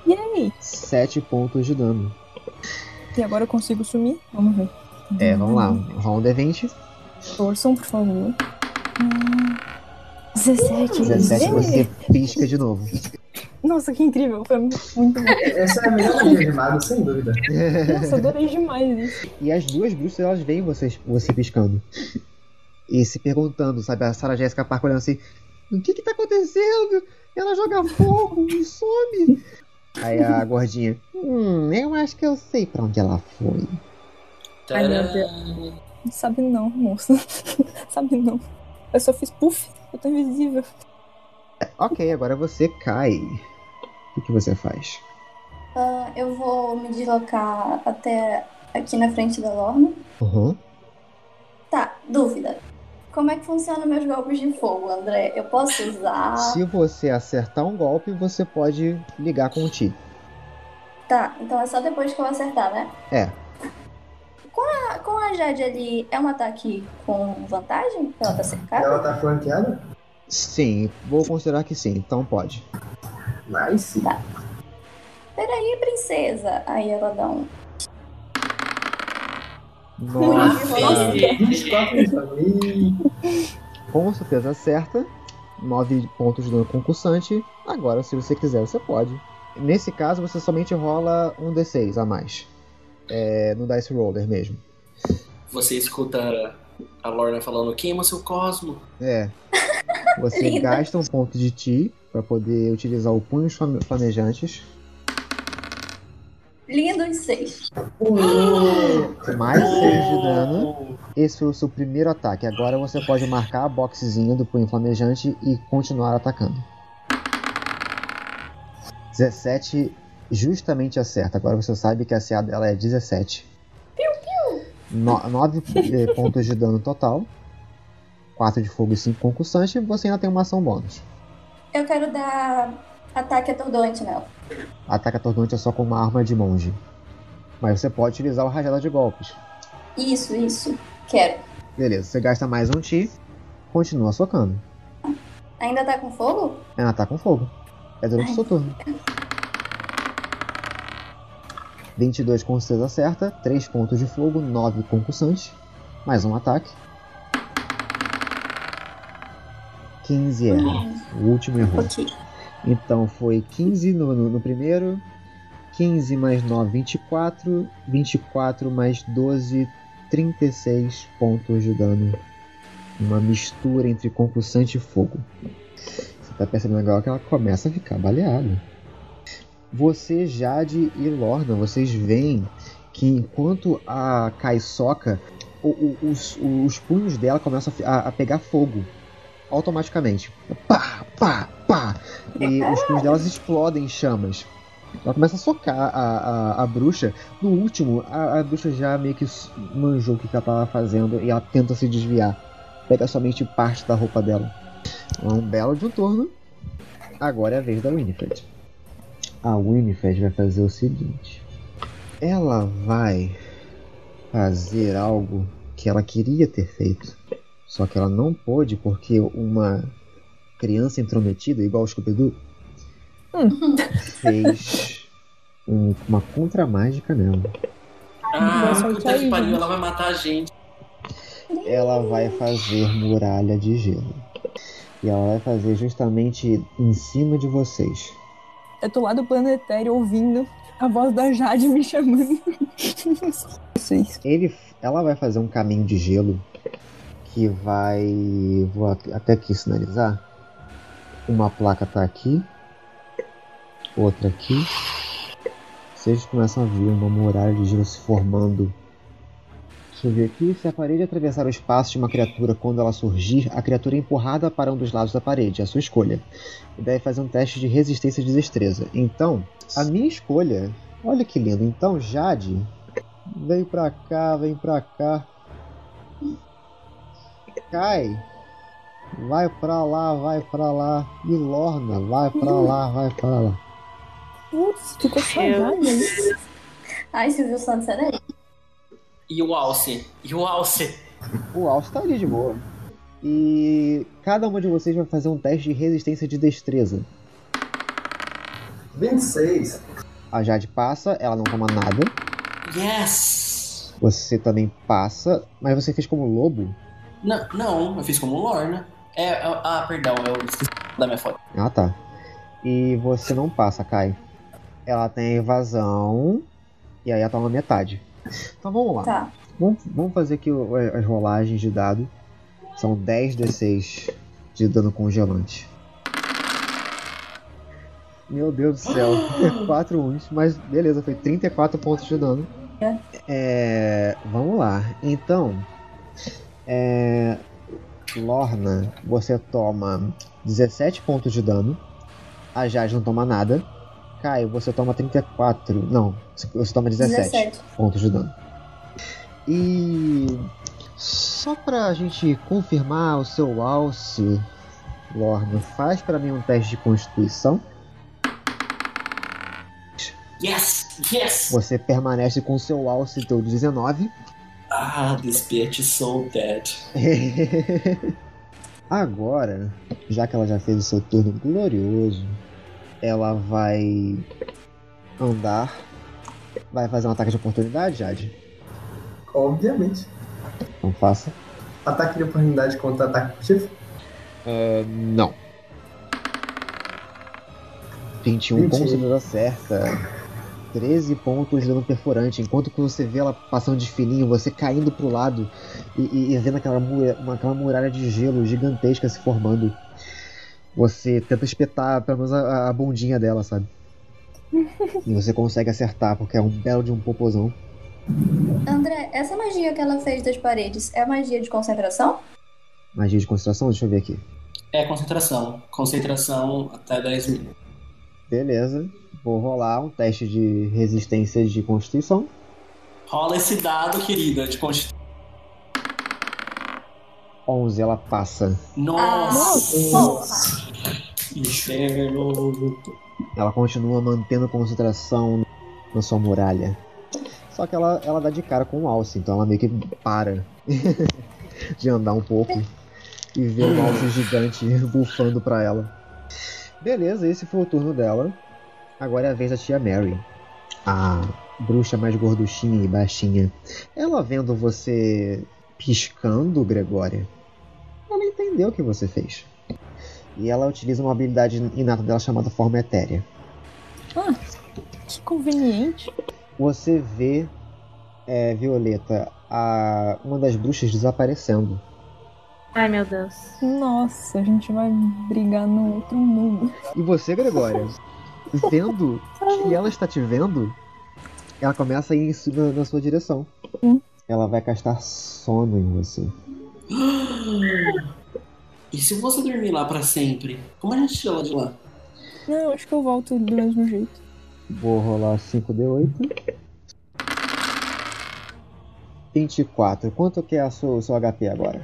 Speaker 2: E aí?
Speaker 1: 7 pontos de dano.
Speaker 2: E agora eu consigo sumir? Vamos ver.
Speaker 1: É, vamos lá. Round d 20.
Speaker 2: Torçam, por favor. Hum, 17.
Speaker 1: 17
Speaker 2: Ei!
Speaker 1: você pisca de novo.
Speaker 2: Nossa, que incrível. Foi muito bom.
Speaker 5: Essa é a melhor magia de mago, sem dúvida.
Speaker 2: Nossa, adorei demais isso.
Speaker 1: E as duas bruxas, elas veem você, você piscando. E se perguntando, sabe? A Sarah Jessica Parker olhando assim: O que que tá acontecendo? Ela joga fogo e some. Aí a gordinha: Hum, eu acho que eu sei pra onde ela foi.
Speaker 6: Ai, meu
Speaker 3: Tcharam.
Speaker 2: Sabe não, moça. Sabe não. Eu só fiz puff. Eu tô invisível.
Speaker 1: Ok, agora você cai. O que você faz?
Speaker 4: Ah, eu vou me deslocar até aqui na frente da Lorna.
Speaker 1: Uhum.
Speaker 4: Tá, dúvida. Como é que funciona meus golpes de fogo, André? Eu posso usar?
Speaker 1: Se você acertar um golpe, você pode ligar com o Ti.
Speaker 4: Tá, então é só depois que eu acertar, né?
Speaker 1: É,
Speaker 4: Ah, com a a Jade ali é um ataque com vantagem? Porque Ela tá cercada?
Speaker 5: Ela tá flanqueada?
Speaker 1: Sim, vou considerar que sim, então pode.
Speaker 5: Nice.
Speaker 4: Peraí, princesa. Aí ela dá um.
Speaker 1: Nossa!
Speaker 5: 24 de família.
Speaker 1: Com certeza acerta. 9 pontos de dano concursante. Agora, se você quiser, você pode. Nesse caso, você somente rola um D6 a mais. É, no Dice Roller mesmo.
Speaker 3: Você escuta a Lorna falando: queima seu cosmo.
Speaker 1: É. Você
Speaker 4: Linda.
Speaker 1: gasta um ponto de ti pra poder utilizar o punhos flame- flamejantes.
Speaker 4: Lindo de seis.
Speaker 1: Mais 6 de dano. Esse foi o seu primeiro ataque. Agora você pode marcar a boxezinha do punho flamejante e continuar atacando. 17 justamente acerta. Agora você sabe que a CA dela é 17. 9 eh, pontos de dano total. 4 de fogo e 5 concursante. Você ainda tem uma ação bônus.
Speaker 4: Eu quero dar ataque atordoante nela.
Speaker 1: Ataque atordoante é só com uma arma de monge. Mas você pode utilizar o rajada de golpes.
Speaker 4: Isso, isso. Quero.
Speaker 1: Beleza, você gasta mais um ti. Continua socando.
Speaker 4: Ainda tá com fogo?
Speaker 1: Ela tá com fogo. É durante o seu turno. 22 com certeza acerta, 3 pontos de fogo, 9 concursantes, mais um ataque. 15 erra, é, o último errou.
Speaker 4: Hum, Ok.
Speaker 1: Então foi 15 no, no, no primeiro, 15 mais 9, 24, 24 mais 12, 36 pontos de dano. Uma mistura entre concursante e fogo. Você tá percebendo agora que ela começa a ficar baleada. Você, Jade e Lorna, vocês veem que enquanto a Kai soca, o- o- os, os punhos dela começam a fi- a, a pegar fogo automaticamente. Pá, pá, pá! E os punhos delas explodem em chamas. Ela começa a socar a, a, a bruxa. No último, a, a bruxa já meio que s- manjou o que que ela tava fazendo e ela tenta se desviar. Pega somente parte da roupa dela. É um belo de um turno. Agora é a vez da Winifred. A Winifred vai fazer o seguinte. Ela vai fazer algo que ela queria ter feito. Só que ela não pôde porque uma criança intrometida, igual o Scooby-Doo, fez um- uma contramágica nela.
Speaker 3: Ah,
Speaker 2: Vai soltar
Speaker 3: puta
Speaker 2: aí,
Speaker 3: que pariu,
Speaker 2: gente.
Speaker 3: ela vai matar a gente.
Speaker 1: Ela vai fazer muralha de gelo. E ela vai fazer justamente em cima de vocês.
Speaker 2: Eu tô lá do planetário ouvindo a voz da Jade me chamando. Vocês.
Speaker 1: Ele, ela vai fazer um caminho de gelo que vai. Vou at- até aqui sinalizar. Uma placa tá aqui, outra aqui. Vocês começam a ver uma muralha de gelo se formando. Deixa eu ver aqui. Se a parede atravessar o espaço de uma criatura quando ela surgir, a criatura é empurrada para um dos lados da parede, é a sua escolha. E deve fazer um teste de resistência e destreza. Então, a minha escolha. Olha que lindo. Então, Jade, Vem pra cá, vem pra cá. Cai. Vai pra lá, vai pra lá. E Lorna, vai pra lá, vai pra lá.
Speaker 2: Putz, ficou saudade aí.
Speaker 4: Ai, Silvio Santos, é daí.
Speaker 3: E o Alce? E o Alce?
Speaker 1: O Alce tá ali de boa. E cada uma de vocês vai fazer um teste de resistência de destreza.
Speaker 5: 26.
Speaker 1: A Jade passa, ela não toma nada.
Speaker 3: Yes!
Speaker 1: Você também passa, mas você fez como lobo.
Speaker 3: Não, não, eu fiz como Lorna. É, ah, ah, perdão, eu esqueci da minha foto.
Speaker 1: Ah tá. E você não passa, Kai. Ela tem evasão. E aí ela toma metade. Então vamos lá.
Speaker 4: Tá.
Speaker 1: Vamos, vamos fazer aqui o- as rolagens de dado. São 10 D6 de dano congelante. Meu Deus do céu. 4 uns, mas beleza, foi 34 pontos de dano.
Speaker 4: É.
Speaker 1: É, vamos lá. Então, é, Lorna, você toma 17 pontos de dano. A Jade não toma nada. Caio, você toma 34. Não, você toma 17 pontos de dano. E só pra gente confirmar o seu alce, Lorna, faz pra mim um teste de constituição.
Speaker 3: Yes! Yes!
Speaker 1: Você permanece com o seu alce teu 19.
Speaker 3: Ah, this bitch is so dead.
Speaker 1: Agora, já que ela já fez o seu turno glorioso, ela vai andar. Vai fazer um ataque de oportunidade, Jade?
Speaker 5: Obviamente.
Speaker 1: Não faça.
Speaker 5: Ataque de oportunidade contra ataque furtivo.
Speaker 1: Não. 21 com
Speaker 5: Mentira.
Speaker 1: certeza acerta. 13 pontos de dano perforante. Enquanto que você vê ela passando de fininho, você caindo pro lado e, e- e vendo aquela, mu- uma, aquela muralha de gelo gigantesca se formando. Você tenta espetar pelo menos a, a bundinha dela, sabe? e você consegue acertar, porque é um belo de um popozão.
Speaker 4: André, essa magia que ela fez das paredes é magia de concentração?
Speaker 1: Magia de concentração, deixa eu ver aqui.
Speaker 3: É concentração. Concentração até 10 minutos.
Speaker 1: Beleza. Vou rolar um teste de resistência de constituição.
Speaker 3: Rola esse dado, querida, de constituição.
Speaker 1: 11, ela passa.
Speaker 3: Nossa!
Speaker 4: Nossa!
Speaker 3: Inferno!
Speaker 1: Ela continua mantendo concentração na sua muralha. Só que ela, ela dá de cara com o alce, então ela meio que para de andar um pouco e vê o alce gigante bufando pra ela. Beleza, esse foi o turno dela. Agora é a vez da tia Mary. A bruxa mais gorduchinha e baixinha. Ela vendo você piscando, Gregória, ela entendeu o que você fez. E ela utiliza uma habilidade inata dela chamada Forma Etérea.
Speaker 2: Que conveniente.
Speaker 1: você vê, é, Violeta, a, uma das bruxas desaparecendo.
Speaker 6: Ai, meu Deus.
Speaker 2: Nossa, a gente vai brigar no outro mundo.
Speaker 1: E você, Gregória, vendo que ela está te vendo, ela começa a ir em su- na, na sua direção.
Speaker 2: Hum.
Speaker 1: Ela vai castar sono em você.
Speaker 3: E se você dormir lá pra sempre? Como a gente tira ela de lá?
Speaker 2: Não, acho que eu volto do mesmo jeito.
Speaker 1: Vou rolar 5d8. 24. Quanto que é a sua- o seu HP agora?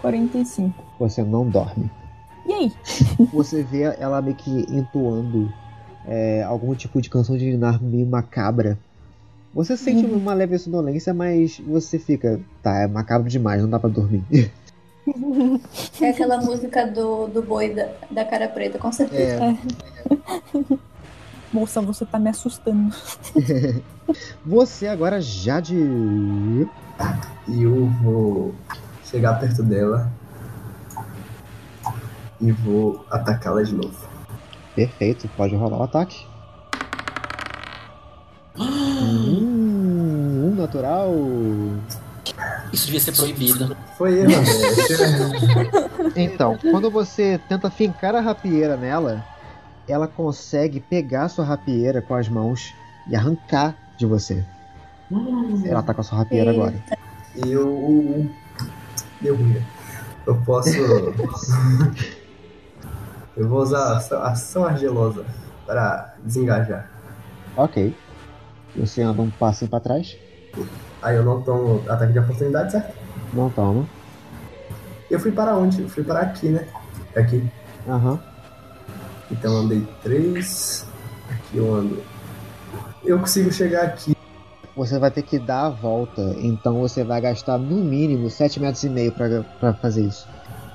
Speaker 2: 45.
Speaker 1: Você não dorme.
Speaker 2: E aí?
Speaker 1: Você vê ela meio que entoando é, algum tipo de canção de Ninar meio macabra. Você sente uma leve sonolência, mas você fica, tá, é macabro demais, não dá pra dormir.
Speaker 4: É aquela música do, do boi da, da cara preta, com certeza.
Speaker 1: É,
Speaker 2: Moça, você tá me assustando.
Speaker 1: você agora já de.
Speaker 5: E eu vou chegar perto dela. E vou atacá-la de novo.
Speaker 1: Perfeito, pode rolar o ataque. Uhum. Hum, um natural.
Speaker 3: Isso devia ser proibido.
Speaker 5: Foi eu, André.
Speaker 1: Então, quando você tenta fincar a rapieira nela, ela consegue pegar sua rapieira com as mãos e arrancar de você. Ela tá com a sua rapieira
Speaker 4: Eita.
Speaker 1: agora.
Speaker 5: Eu. Deu ruim. né? Eu posso. eu vou usar ação- ação argelosa para desengajar.
Speaker 1: Ok. Você anda um passinho pra trás?
Speaker 5: Aí eu não tomo ataque de oportunidade, certo?
Speaker 1: Não toma.
Speaker 5: Eu fui para onde? Eu fui para aqui, né? Aqui.
Speaker 1: Aham.
Speaker 5: Então eu andei três. Aqui eu ando. Eu consigo chegar aqui.
Speaker 1: Você vai ter que dar a volta, então você vai gastar no mínimo 7 metros e meio pra, pra fazer isso.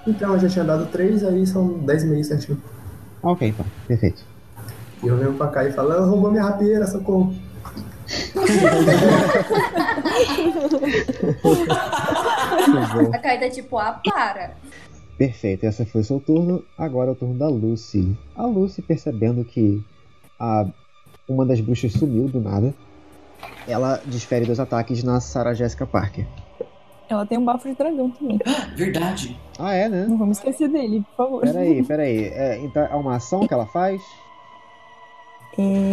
Speaker 5: Então eu já tinha dado três, aí são dez e meio certinho.
Speaker 1: Ok, então. Perfeito.
Speaker 5: E eu venho pra cá e falo, ela roubou minha rapieira, socorro.
Speaker 1: Muito bom.
Speaker 4: A Kai tá tipo, ah, para!
Speaker 1: Perfeito, esse foi o seu turno. Agora é o turno da Lucy. A Lucy, percebendo que a, uma das bruxas sumiu do nada, ela desfere dois ataques na Sarah Jessica Parker.
Speaker 2: Ela tem um bafo de dragão também.
Speaker 3: Verdade.
Speaker 1: Ah, é, né?
Speaker 2: Não vamos esquecer dele, por favor.
Speaker 1: Peraí, peraí. É, então é uma ação que ela faz?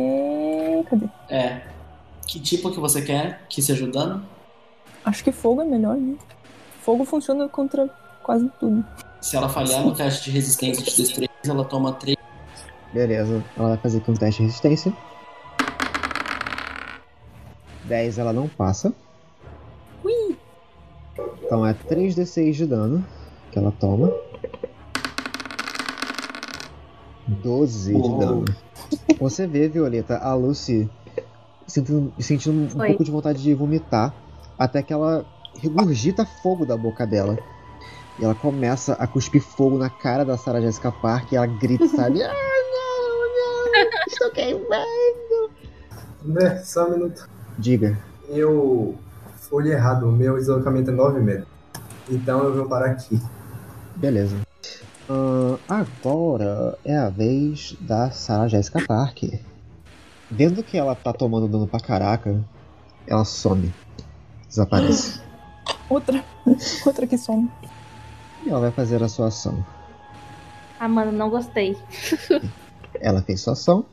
Speaker 2: É... Cadê?
Speaker 3: É. Que tipo que você quer que seja o dano?
Speaker 2: Acho que fogo é melhor, né? Fogo funciona contra quase tudo.
Speaker 3: Se ela falhar no teste de resistência de destreza, ela toma 3.
Speaker 1: Beleza, ela vai fazer aqui um teste de resistência. 10 ela não passa.
Speaker 2: Ui!
Speaker 1: Então é 3d6 de dano que ela toma. 12 de
Speaker 3: Uou.
Speaker 1: dano. Você vê, Violeta, a Lucy sentindo, sentindo um
Speaker 6: Foi.
Speaker 1: pouco de vontade de vomitar, até que ela regurgita fogo da boca dela. E ela começa a cuspir fogo na cara da Sarah Jessica Parker e ela grita, sabe? Ah, não, não, estou queimando.
Speaker 5: Né, só um minuto.
Speaker 1: Diga.
Speaker 5: Eu olhei errado, o meu deslocamento é 9 metros. Então eu vou parar aqui.
Speaker 1: Beleza. Ahn, agora é a vez da Sarah Jessica Parker. Vendo que ela tá tomando dano pra caraca, ela some. Desaparece.
Speaker 2: Outra. Outra que some.
Speaker 1: E ela vai fazer a sua ação.
Speaker 6: Ah, mano, não gostei.
Speaker 1: Ela fez sua ação.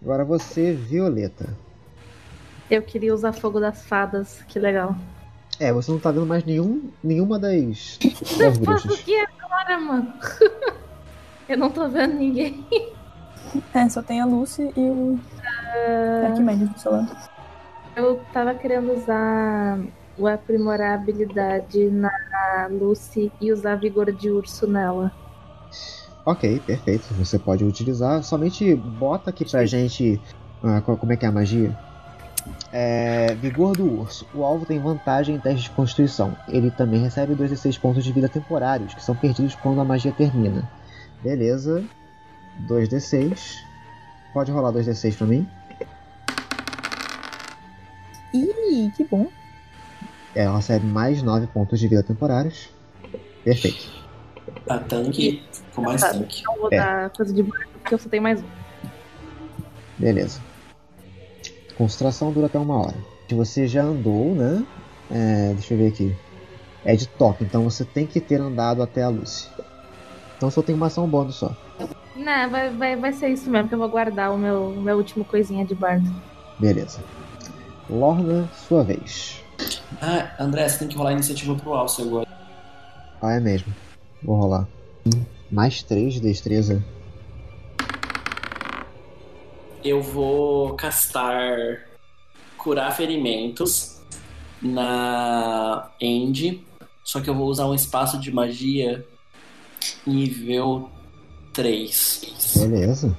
Speaker 1: Agora você, Violeta.
Speaker 6: Eu queria usar fogo das fadas, que legal.
Speaker 1: É, você não tá vendo mais nenhum, nenhuma das, das
Speaker 6: Faço o
Speaker 1: bruxas.
Speaker 6: que agora, mano? Eu não tô vendo ninguém.
Speaker 2: É, só tem a Lucy e o Arquimedes do seu lado.
Speaker 6: Eu tava querendo usar o aprimorar a habilidade na Lucy e usar vigor de urso nela.
Speaker 1: Ok, perfeito. Você pode utilizar. Somente bota aqui pra gente. ah, co- como é que é a magia? É, vigor do urso. O alvo tem vantagem em teste de constituição. Ele também recebe 2 e 6 pontos de vida temporários, que são perdidos quando a magia termina. Beleza. 2d6. Pode rolar 2d6 pra mim?
Speaker 2: Ih, que bom.
Speaker 1: É, Ela recebe mais 9 pontos de vida temporários. Perfeito.
Speaker 3: A tanque ficou mais
Speaker 6: Tá.
Speaker 3: tanque.
Speaker 6: Não vou
Speaker 1: É.
Speaker 6: dar coisa de buraco, porque eu só tenho mais um.
Speaker 1: Beleza. Concentração dura até uma hora. Se você já andou, né? É, deixa eu ver aqui. É de toque, então você tem que ter andado até a luz. Então só tem uma ação bônus só.
Speaker 6: Não, vai, vai, vai ser isso mesmo, que eu vou guardar o meu, o meu último coisinha de bardo.
Speaker 1: Beleza. Lorna, sua vez.
Speaker 3: Ah, André, você tem que rolar a iniciativa pro Alce agora.
Speaker 1: Ah, é mesmo. Vou rolar. Mais 3 de destreza.
Speaker 3: Eu vou castar curar ferimentos na End, só que eu vou usar um espaço de magia nível 3
Speaker 1: Beleza.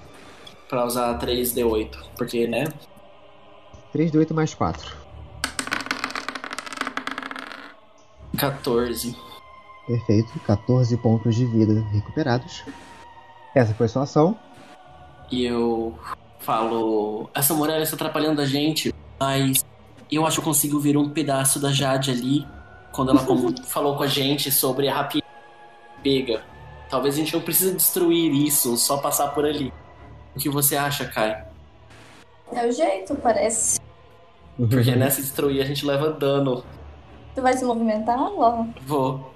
Speaker 3: Pra usar 3d8, porque né?
Speaker 1: 3 de 8 mais 4.
Speaker 3: 14.
Speaker 1: Perfeito. 14 pontos de vida recuperados. Essa foi sua ação.
Speaker 3: E eu falo, essa muralha está atrapalhando a gente, mas eu acho que eu consigo ver um pedaço da Jade ali quando ela como- falou com a gente sobre a rapidez que pega. Talvez a gente não precise destruir isso, só passar por ali. O que você acha, Kai?
Speaker 4: É o jeito, parece.
Speaker 3: Porque
Speaker 1: Uhum.
Speaker 3: nessa destruir a gente leva dano.
Speaker 4: Tu vai se movimentar logo.
Speaker 3: Vou.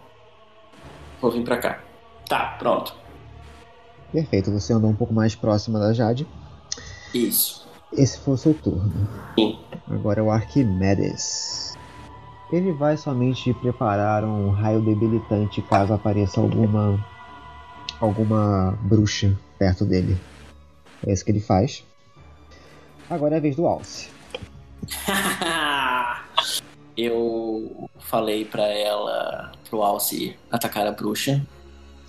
Speaker 3: Vou vir pra cá. Tá, pronto.
Speaker 1: Perfeito. Você andou um pouco mais próxima da Jade.
Speaker 3: Isso.
Speaker 1: Esse foi o seu turno.
Speaker 3: Sim.
Speaker 1: Agora é o Arquimedes. Ele vai somente preparar um raio debilitante caso apareça alguma alguma bruxa perto dele. É isso que ele faz. Agora é a vez do Alce.
Speaker 3: eu falei pra ela, pro Alce, atacar a bruxa.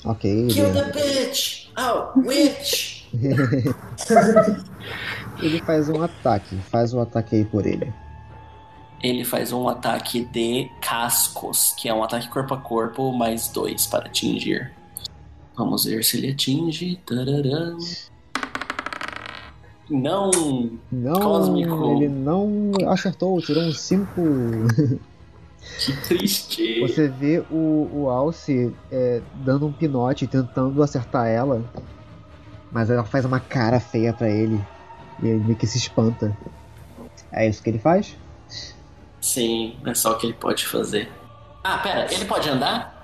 Speaker 1: Ok, ele,
Speaker 3: Kill the bitch! Oh, witch!
Speaker 1: ele faz um ataque. Faz um ataque aí por ele.
Speaker 3: Ele faz um ataque de cascos, que é um ataque corpo a corpo, mais dois para atingir. Vamos ver se ele atinge. Tararã. Não!
Speaker 1: Não,
Speaker 3: Cósmico.
Speaker 1: ele não acertou, tirou um 5
Speaker 3: Que triste!
Speaker 1: Você vê o, o Alce é, dando um pinote, tentando acertar ela, mas ela faz uma cara feia pra ele e ele meio que se espanta. É isso que ele faz?
Speaker 3: Sim, é só o que ele pode fazer. Ah, pera, ele pode andar?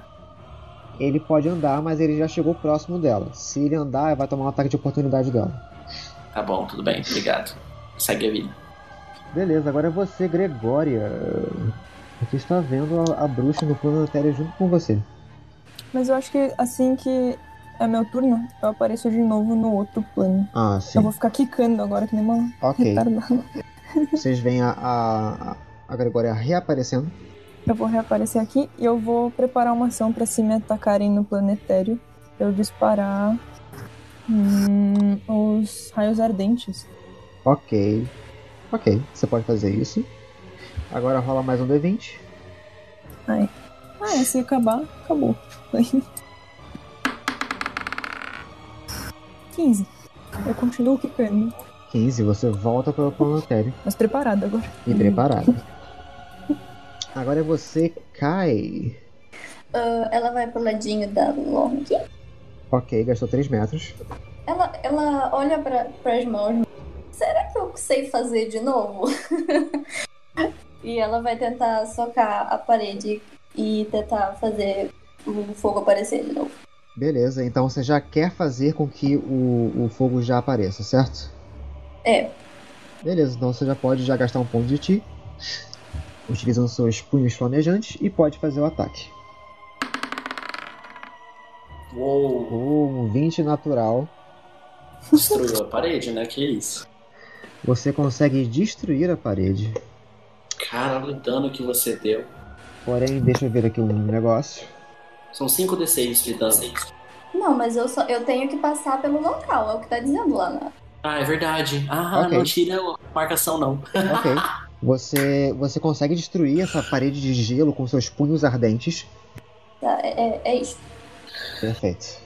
Speaker 1: Ele pode andar, mas ele já chegou próximo dela. Se ele andar, vai tomar um ataque de oportunidade dela.
Speaker 3: Tá bom, tudo bem, obrigado. Segue a vida.
Speaker 1: Beleza, agora é você, Gregória. Você está vendo a, a bruxa no plano etéreo junto com você.
Speaker 2: Mas eu acho que assim que é meu turno, eu apareço de novo no outro plano.
Speaker 1: Ah,
Speaker 2: Eu
Speaker 1: sim.
Speaker 2: vou ficar quicando agora que nem uma
Speaker 1: Ok.
Speaker 2: retardada.
Speaker 1: Vocês veem a, a, a Gregória reaparecendo.
Speaker 2: Eu vou reaparecer aqui e eu vou preparar uma ação pra se me atacarem no planetário. Eu disparar hum, os raios ardentes.
Speaker 1: Ok. Ok, você pode fazer isso. Agora rola mais um D20.
Speaker 2: Ah, é, se acabar, acabou. 15. Eu continuo quicando,
Speaker 1: 15, você volta para o planetário
Speaker 2: mas preparado agora.
Speaker 1: e preparado. Agora é você, Kai.
Speaker 4: Ah, ela vai pro ladinho da Long.
Speaker 1: Ok, gastou 3 metros.
Speaker 4: Ela, ela olha pra, pras mãos. Será que eu sei fazer de novo? e ela vai tentar socar a parede e tentar fazer o fogo aparecer de novo.
Speaker 1: Beleza, então você já quer fazer com que o, o fogo já apareça, certo?
Speaker 4: É.
Speaker 1: Beleza, então você já pode já gastar um ponto de ti, utilizando seus punhos flamejantes, e pode fazer o ataque.
Speaker 3: Uou,
Speaker 1: Com 20 natural,
Speaker 3: destruiu a parede, né? Que isso.
Speaker 1: você consegue destruir a parede.
Speaker 3: Cara, olha o dano que você deu.
Speaker 1: Porém, deixa eu ver aqui um negócio.
Speaker 3: São 5d6 de dano.
Speaker 4: Não, mas eu, só, eu tenho que passar pelo local, é o que tá dizendo lá na.
Speaker 3: Ah, é verdade. Ah,
Speaker 1: Ok.
Speaker 3: não tira a marcação, não.
Speaker 1: Ok. Você, você consegue destruir essa parede de gelo com seus punhos ardentes.
Speaker 4: tá, é, é- é isso.
Speaker 1: Perfeito.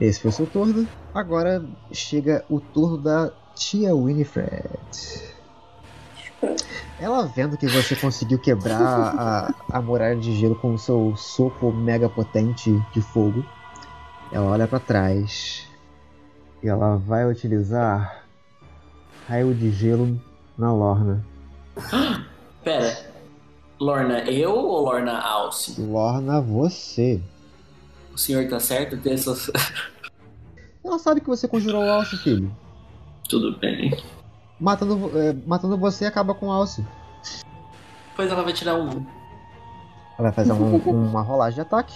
Speaker 1: Esse foi o seu turno. Agora chega o turno da tia Winifred. Ela vendo que você conseguiu quebrar a, a muralha de gelo com o seu soco mega potente de fogo, ela olha pra trás e ela vai utilizar raio de gelo na Lorna.
Speaker 3: Pera. Lorna, eu ou Lorna Alce?
Speaker 1: Lorna, você.
Speaker 3: O senhor tá certo? Tem essas-
Speaker 1: Ela sabe É que você conjurou o Alce, filho.
Speaker 3: Tudo bem.
Speaker 1: Matando, vo- eh, matando você acaba com o Alce.
Speaker 3: Depois ela vai tirar um.
Speaker 1: Ela vai fazer um- uma rolagem de ataque.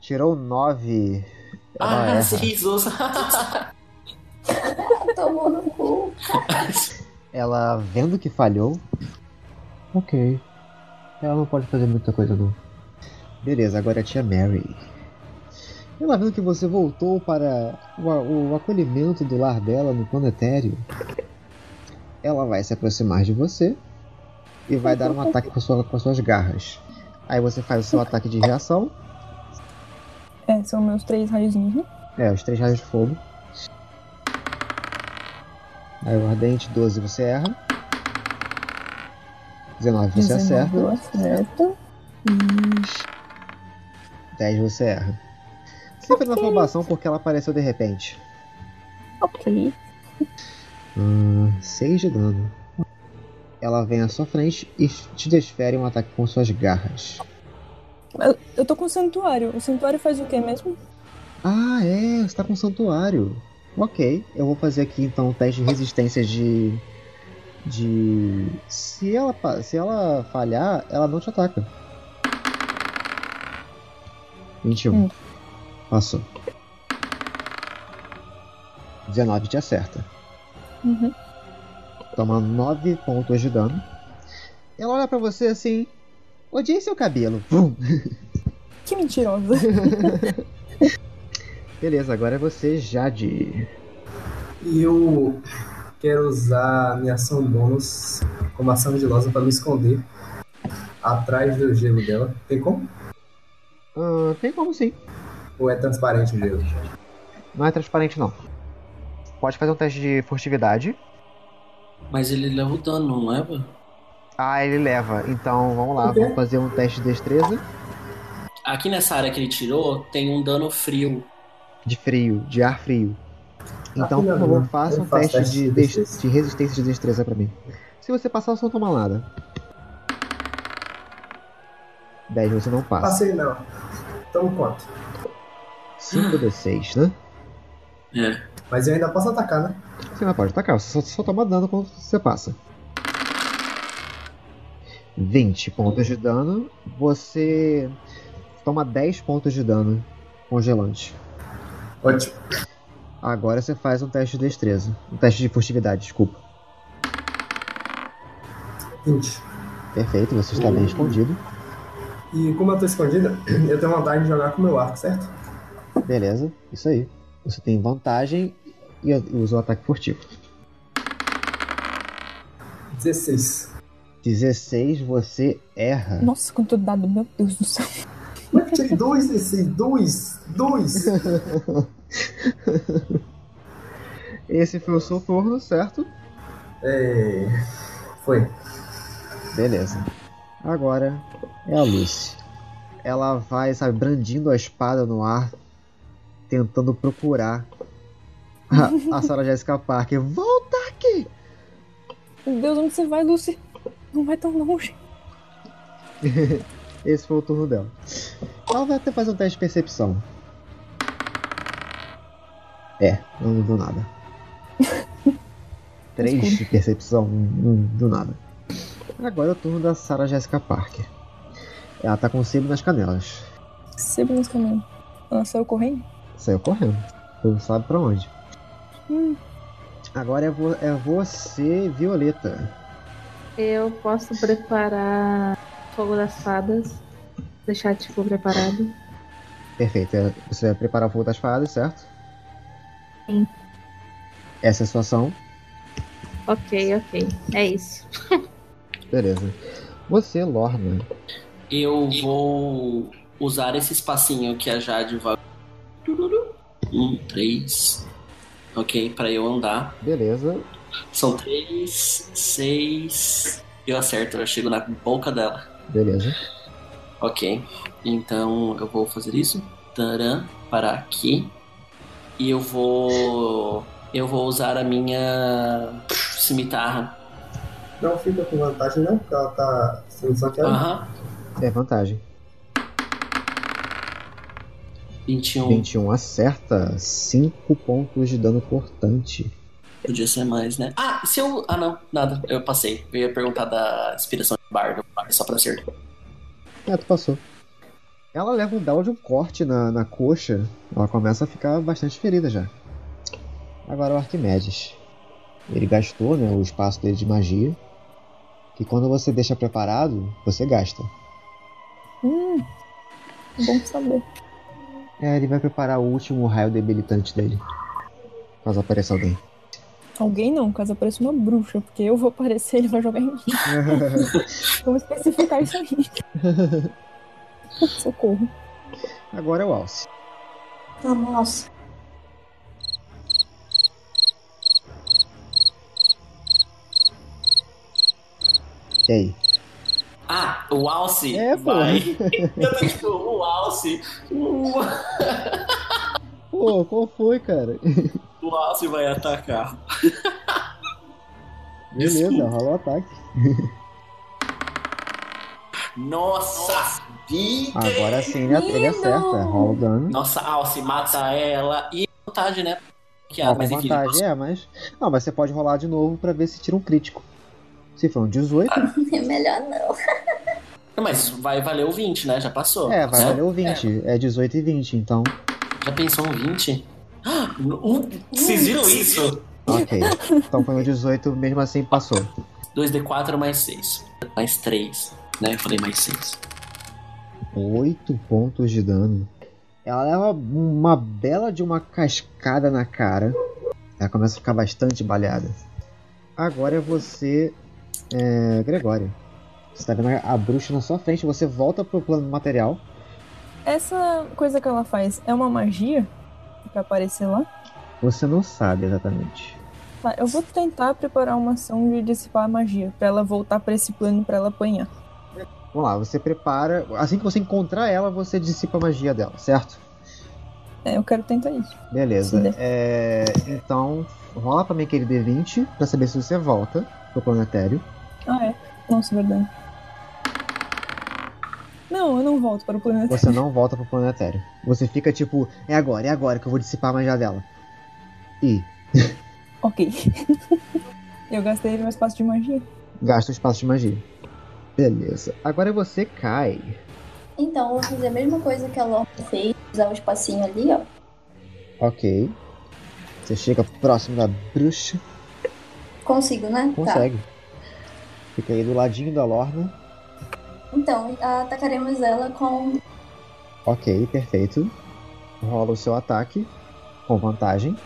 Speaker 1: Tirou 9. Ela
Speaker 3: Ah,
Speaker 1: erra.
Speaker 3: Jesus.
Speaker 4: Tomou no cu.
Speaker 1: Ela vendo que falhou. Ok. Ela não pode fazer muita coisa não. Beleza, agora é a tia Mary. Ela vendo que você voltou para o, a- o acolhimento do lar dela no planetário. Ela vai se aproximar de você e vai dar um ataque com, sua- com as suas garras. Aí você faz o seu ataque de reação.
Speaker 2: É, são meus três raiozinhos. né?
Speaker 1: É, os três raios de fogo. Aí o ardente, 12 você erra. 19 você
Speaker 2: 19 eu
Speaker 1: acerta.
Speaker 2: acerto.
Speaker 1: 10 você erra. Você fez uma afobação porque ela apareceu de repente.
Speaker 2: Ok.
Speaker 1: 6 de dano. Ela vem à sua frente e te desfere um ataque com suas garras.
Speaker 2: Eu tô com o santuário. O santuário faz o quê mesmo?
Speaker 1: Ah, é, você tá com um santuário. Ok, eu vou fazer aqui então o teste de resistência de. De. Se ela, pa- se ela falhar, ela não te ataca. 21.
Speaker 2: Hum.
Speaker 1: Passou. 19 te acerta.
Speaker 2: Uhum.
Speaker 1: Toma 9 pontos de dano. Ela olha pra você assim. Odiei seu cabelo. Vum.
Speaker 2: Que mentirosa.
Speaker 1: Beleza, agora é você, Jade.
Speaker 5: E eu quero usar a minha ação bônus como ação vigilosa pra me esconder atrás do gelo dela. Tem como?
Speaker 1: Ah, tem como sim.
Speaker 5: Ou é transparente o gelo?
Speaker 1: Não é transparente, não. Pode fazer um teste de furtividade.
Speaker 3: Mas ele leva o dano, não leva?
Speaker 1: Ah, ele leva. Então, vamos lá.
Speaker 5: O quê?
Speaker 1: Vamos fazer um teste de destreza.
Speaker 3: Aqui nessa área que ele tirou, tem um dano frio.
Speaker 1: De frio, de ar frio. Então,
Speaker 5: Ah,
Speaker 1: por
Speaker 5: não,
Speaker 1: favor,
Speaker 5: não.
Speaker 1: faça
Speaker 5: Eu
Speaker 1: um
Speaker 5: faço
Speaker 1: teste
Speaker 5: teste
Speaker 1: de,
Speaker 5: de
Speaker 1: des-
Speaker 5: destreza.
Speaker 1: de resistência de destreza pra mim. Se você passar, você não toma nada. 10 você não passa.
Speaker 5: Passei não. Então quanto?
Speaker 1: 5d6, né?
Speaker 3: É.
Speaker 5: Mas eu ainda posso atacar, né?
Speaker 1: Você não pode atacar, você só, só toma dano quando você passa. 20 pontos de dano. Você toma 10 pontos de dano congelante.
Speaker 5: Ótimo.
Speaker 1: Agora você faz um teste de destreza. Um teste de furtividade, desculpa.
Speaker 5: 20.
Speaker 1: Perfeito, você está bem escondido.
Speaker 5: E como eu tô escondida, eu tenho vontade de jogar com meu arco, certo?
Speaker 1: Beleza, isso aí. Você tem vantagem e usa o ataque furtivo.
Speaker 5: 16.
Speaker 1: 16, você erra.
Speaker 2: Nossa, quanto dado, meu Deus do céu.
Speaker 5: Mas tirei dois desses, dois, dois.
Speaker 1: Esse foi o seu turno, certo?
Speaker 5: É, foi.
Speaker 1: Beleza. Agora é a Lucy. Ela vai, sabe, brandindo a espada no ar, tentando procurar a, a Sarah Jessica Parker. Volta aqui!
Speaker 2: Meu Deus, onde você vai, Lucy? Não vai tão longe.
Speaker 1: Esse foi o turno dela. Ela vai até fazer um teste de percepção. É, não mudou nada. Três de percepção, não mudou nada. Agora é o turno da Sarah Jessica Parker. Ela tá com sebo nas canelas.
Speaker 2: Sebo nos caminhos. Ela saiu correndo?
Speaker 1: Saiu correndo. Não sabe pra onde.
Speaker 2: Hum.
Speaker 1: Agora é, vo- é você, Violeta.
Speaker 6: Eu posso preparar fogo das fadas. Deixar tipo preparado.
Speaker 1: Perfeito. é- Você vai preparar o fogo das fadas, certo?
Speaker 6: Sim.
Speaker 1: Essa é a sua ação.
Speaker 6: Ok, ok. É isso.
Speaker 1: Beleza. Você, Lorna.
Speaker 3: Eu vou usar esse espacinho que a Jade vai. Tururu. Um, três. Ok, pra eu andar.
Speaker 1: Beleza.
Speaker 3: São três, seis. Eu acerto, eu chego na boca dela.
Speaker 1: Beleza.
Speaker 3: Ok, então eu vou fazer isso. Taran, para aqui. E eu vou. Eu vou usar a minha. cimitarra.
Speaker 5: Não fica com vantagem, não, porque ela tá sendo saqueada.
Speaker 3: Aham.
Speaker 1: É vantagem.
Speaker 3: 21.
Speaker 1: 21 acerta. 5 pontos de dano cortante.
Speaker 3: Podia ser mais, né? Ah, se eu. Ah, não, nada. Eu passei. Eu ia perguntar da inspiração de bardo, mas só pra acertar.
Speaker 1: É, tu passou. Ela leva um belo de um corte na, na coxa. Ela começa a ficar bastante ferida já. Agora o Arquimedes. Ele gastou né, o espaço dele de magia. Que quando você deixa preparado, você gasta.
Speaker 2: Hum. Bom saber.
Speaker 1: É, ele vai preparar o último raio debilitante dele. Caso apareça alguém.
Speaker 2: Alguém não, caso apareça uma bruxa, porque eu vou aparecer, ele vai jogar em mim. Vamos especificar isso aí. Socorro.
Speaker 1: Agora é o Alce.
Speaker 4: Ah, nossa.
Speaker 1: E aí?
Speaker 3: Ah, o Alce!
Speaker 1: É, pô.
Speaker 3: vai. Eu tô tipo, o Alce! uh, O,
Speaker 1: Pô, qual foi, cara?
Speaker 3: o Alce vai atacar.
Speaker 1: Beleza,
Speaker 3: Desculpa.
Speaker 1: rola o ataque.
Speaker 3: Nossa vida!
Speaker 1: Agora sim ele, ele acerta. Rola o dano.
Speaker 3: Nossa, Alce, mata ela. E vantagem, né? Que
Speaker 1: Ah,
Speaker 3: ah,
Speaker 1: com
Speaker 3: mas enfim.
Speaker 1: vantagem, é, mas. Não, mas você pode rolar de novo pra ver se tira um crítico. Se for um 18,
Speaker 4: É melhor não.
Speaker 3: Mas vai valer o 20, né? Já passou.
Speaker 1: é, vai
Speaker 3: né?
Speaker 1: valer o 20. É 18 e 20, então.
Speaker 3: Já pensou um 20? Ah, um- Vocês viram isso?
Speaker 1: Ok. Então foi um 18, mesmo assim passou.
Speaker 3: 2D4 mais 6. Mais 3. Né? Eu falei mais 6.
Speaker 1: 8 pontos de dano. Ela leva uma bela de uma cascada na cara. Ela começa a ficar bastante baleada. Agora é você, é, Gregório. Você tá vendo a- a bruxa na sua frente, você volta pro plano material.
Speaker 2: Essa coisa que ela faz é uma magia pra aparecer lá?
Speaker 1: Você não sabe exatamente.
Speaker 2: Tá, eu vou tentar preparar uma ação de dissipar a magia, pra ela voltar pra esse plano pra ela apanhar.
Speaker 1: Vamos lá, você prepara. Assim que você encontrar ela, você dissipa a magia dela, certo?
Speaker 2: É, eu quero tentar isso.
Speaker 1: Beleza.
Speaker 2: Sim, né?
Speaker 1: É, então, rola pra mim aquele D20 pra saber se você volta pro planetário.
Speaker 2: Ah, é. Nossa, verdade. Não, eu não volto para o planeta.
Speaker 1: Você não volta pro planetário. Você fica tipo, é agora, é agora que eu vou dissipar a magia dela. E
Speaker 2: Ok. eu gastei meu espaço de magia.
Speaker 1: gasta o espaço de magia. Beleza. Agora você cai.
Speaker 4: Então, eu vou fazer a mesma coisa que a Lorna fez, usar o espacinho ali, ó.
Speaker 1: Ok. Você chega próximo da bruxa.
Speaker 4: Consigo, né?
Speaker 1: Consegue. Fica aí do ladinho da Lorna.
Speaker 4: Tá. Então, atacaremos ela com.
Speaker 1: Ok, perfeito. Rola o seu ataque. Com vantagem.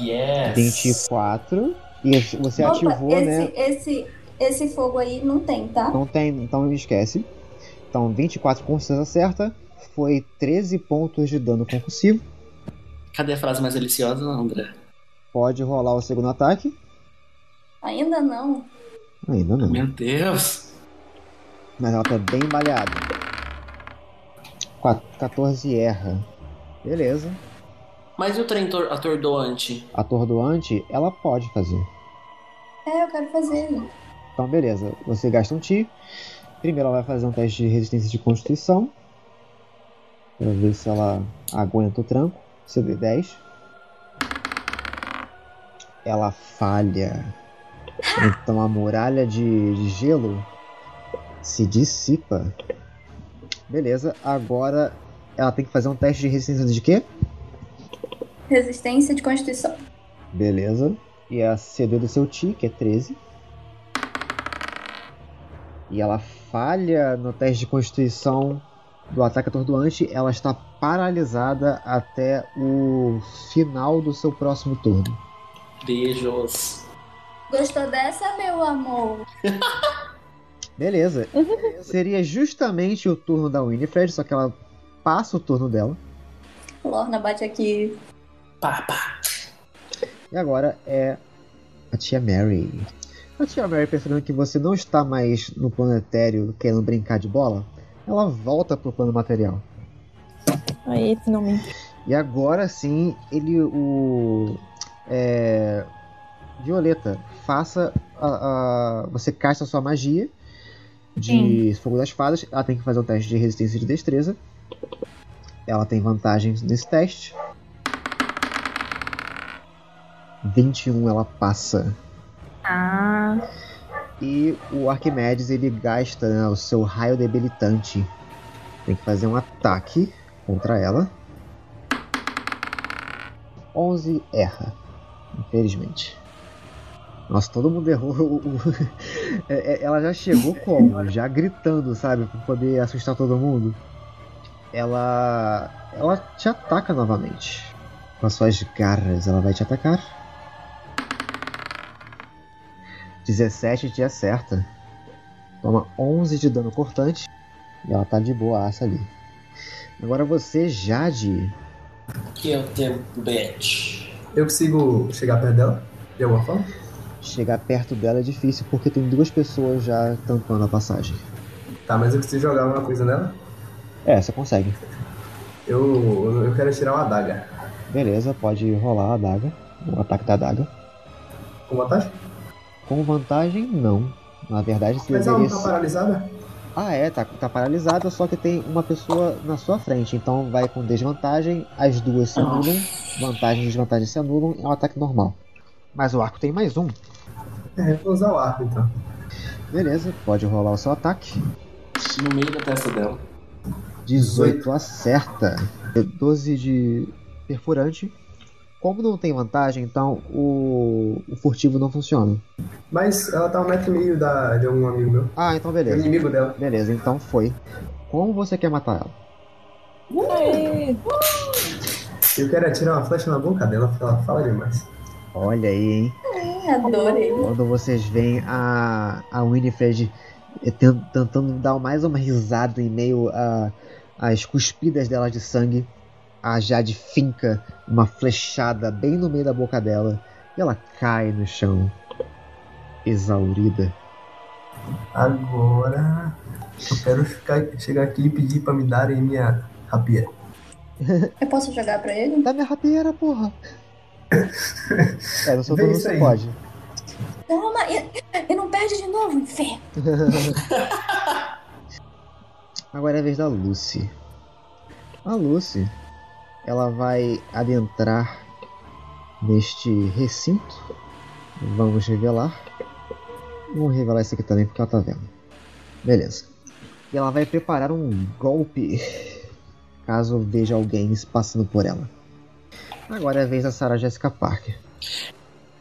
Speaker 3: Yes!
Speaker 1: 24 Isso, você
Speaker 4: Opa,
Speaker 1: ativou,
Speaker 4: esse,
Speaker 1: né?
Speaker 4: esse, esse fogo aí não tem, tá?
Speaker 1: Não tem, então esquece. Então 24 com certeza acerta. Foi 13 pontos de dano concussivo.
Speaker 3: Cadê a frase mais deliciosa, André?
Speaker 1: Pode rolar o segundo ataque.
Speaker 4: Ainda não.
Speaker 1: Ainda não.
Speaker 3: Meu Deus!
Speaker 1: Mas ela tá bem malhada. Qua- 14 erra. Beleza.
Speaker 3: Mas e o trem tor- atordoante?
Speaker 1: Atordoante, ela pode fazer.
Speaker 4: É, eu quero fazer. gente.
Speaker 1: Então, beleza. Você gasta um ti. Primeiro ela vai fazer um teste de resistência de constituição. Pra ver se ela aguenta o tranco. CD10. Ela falha. Então a muralha de, de gelo se dissipa. Beleza, agora ela tem que fazer um teste de resistência de quê?
Speaker 4: Resistência de constituição.
Speaker 1: Beleza. E a CD do seu Ti, que é 13. E ela falha no teste de constituição do ataque atordoante. Ela está paralisada até o final do seu próximo turno.
Speaker 3: Beijos.
Speaker 4: Gostou dessa, meu amor?
Speaker 1: Beleza. Seria justamente o turno da Winifred, só que ela passa o turno dela.
Speaker 4: Lorna bate aqui.
Speaker 3: Pá, pá.
Speaker 1: E agora é a tia Mary. A tia Mary, percebendo que você não está mais no planetário querendo brincar de bola, ela volta pro plano material.
Speaker 2: Aí, finalmente.
Speaker 1: E agora sim, ele, o. É, Violeta, faça. A, a- você casta a sua magia de Fogo das Fadas. Ela tem que fazer o teste de resistência e de destreza. Ela tem vantagens nesse teste. 21 ela passa.
Speaker 6: Ah,
Speaker 1: E o Arquimedes ele gasta né, o seu raio debilitante. Tem que fazer um ataque contra ela. 11 erra, infelizmente. Nossa, todo mundo errou. o- o- É, é, Ela já chegou como? Já gritando, sabe? Pra poder assustar todo mundo. Ela. Ela te ataca novamente. Com as suas garras, ela vai te atacar. 17 te acerta. Toma 11 de dano cortante. E ela tá de boaça ali. Agora você, Jade.
Speaker 3: Que eu tenho bet.
Speaker 5: Eu consigo chegar perto dela? De alguma forma?
Speaker 1: Chegar perto dela é difícil porque tem duas pessoas já tampando a passagem.
Speaker 5: Tá, mas eu preciso jogar alguma coisa nela.
Speaker 1: É, você consegue.
Speaker 5: Eu, eu quero tirar uma adaga.
Speaker 1: Beleza, pode rolar a adaga. O ataque da adaga.
Speaker 5: Com vantagem?
Speaker 1: Com vantagem, não. Na verdade, se
Speaker 5: Mas ela não
Speaker 1: deveria
Speaker 5: tá
Speaker 1: ser.
Speaker 5: paralisada?
Speaker 1: Ah, é, tá, tá paralisada, só que tem uma pessoa na sua frente. Então vai com desvantagem, as duas se anulam. Vantagem e desvantagem se anulam. É um ataque normal. Mas o arco tem mais um.
Speaker 5: É, eu vou usar o arco então.
Speaker 1: Beleza, pode rolar o seu ataque.
Speaker 3: No meio da testa dela.
Speaker 1: 18 acerta. 12 de perfurante. Como não tem vantagem, então o, o furtivo não funciona.
Speaker 5: Mas ela tá um metro e meio da, de algum amigo meu.
Speaker 1: Ah, então
Speaker 5: É o
Speaker 1: beleza.
Speaker 5: inimigo dela.
Speaker 1: Beleza, então foi. Como você quer matar ela?
Speaker 2: Aê!
Speaker 5: Eu quero atirar uma flecha na boca dela, porque ela fala demais.
Speaker 1: Olha aí, hein?
Speaker 4: Ih, Adorei.
Speaker 1: Quando vocês veem a, a Winifred eh, ten- tentando dar mais uma risada em meio a- às cuspidas dela de sangue, a Jade finca uma flechada bem no meio da boca dela e ela cai no chão, exaurida.
Speaker 5: Agora eu quero ficar- chegar aqui e pedir pra me darem minha rapia.
Speaker 4: Eu posso jogar pra ele?
Speaker 1: Dá minha rapieira, porra! É, no seu
Speaker 5: Vê
Speaker 1: turno
Speaker 5: isso
Speaker 1: você
Speaker 5: aí.
Speaker 1: pode.
Speaker 4: Toma! E, e não perde de novo, inferno!
Speaker 1: Agora é a vez da Lucy. A Lucy, ela vai adentrar neste recinto. Vamos revelar. Vamos revelar isso aqui também porque ela tá vendo. Beleza. E ela vai preparar um golpe caso veja alguém se passando por ela. Agora é a vez da Sarah Jessica Parker.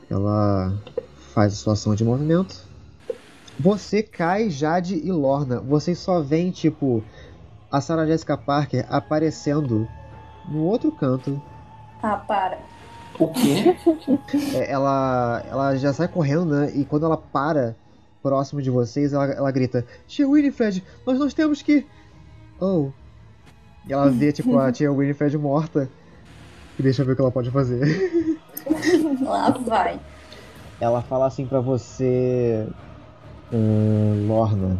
Speaker 1: Ela faz a sua ação de movimento. Você, Kai, Jade e Lorna, vocês só veem, tipo, a Sarah Jessica Parker aparecendo no outro canto
Speaker 4: Ah, para.
Speaker 3: O quê?
Speaker 1: É, ela, ela já sai correndo, né? E quando ela para próximo de vocês, ela, ela grita: Tia Winifred, nós nós temos que. Oh. E ela vê, tipo, a tia Winifred morta. E deixa eu ver o que ela pode fazer.
Speaker 4: Lá vai.
Speaker 1: Ela fala assim pra você. "Hum, Lorna.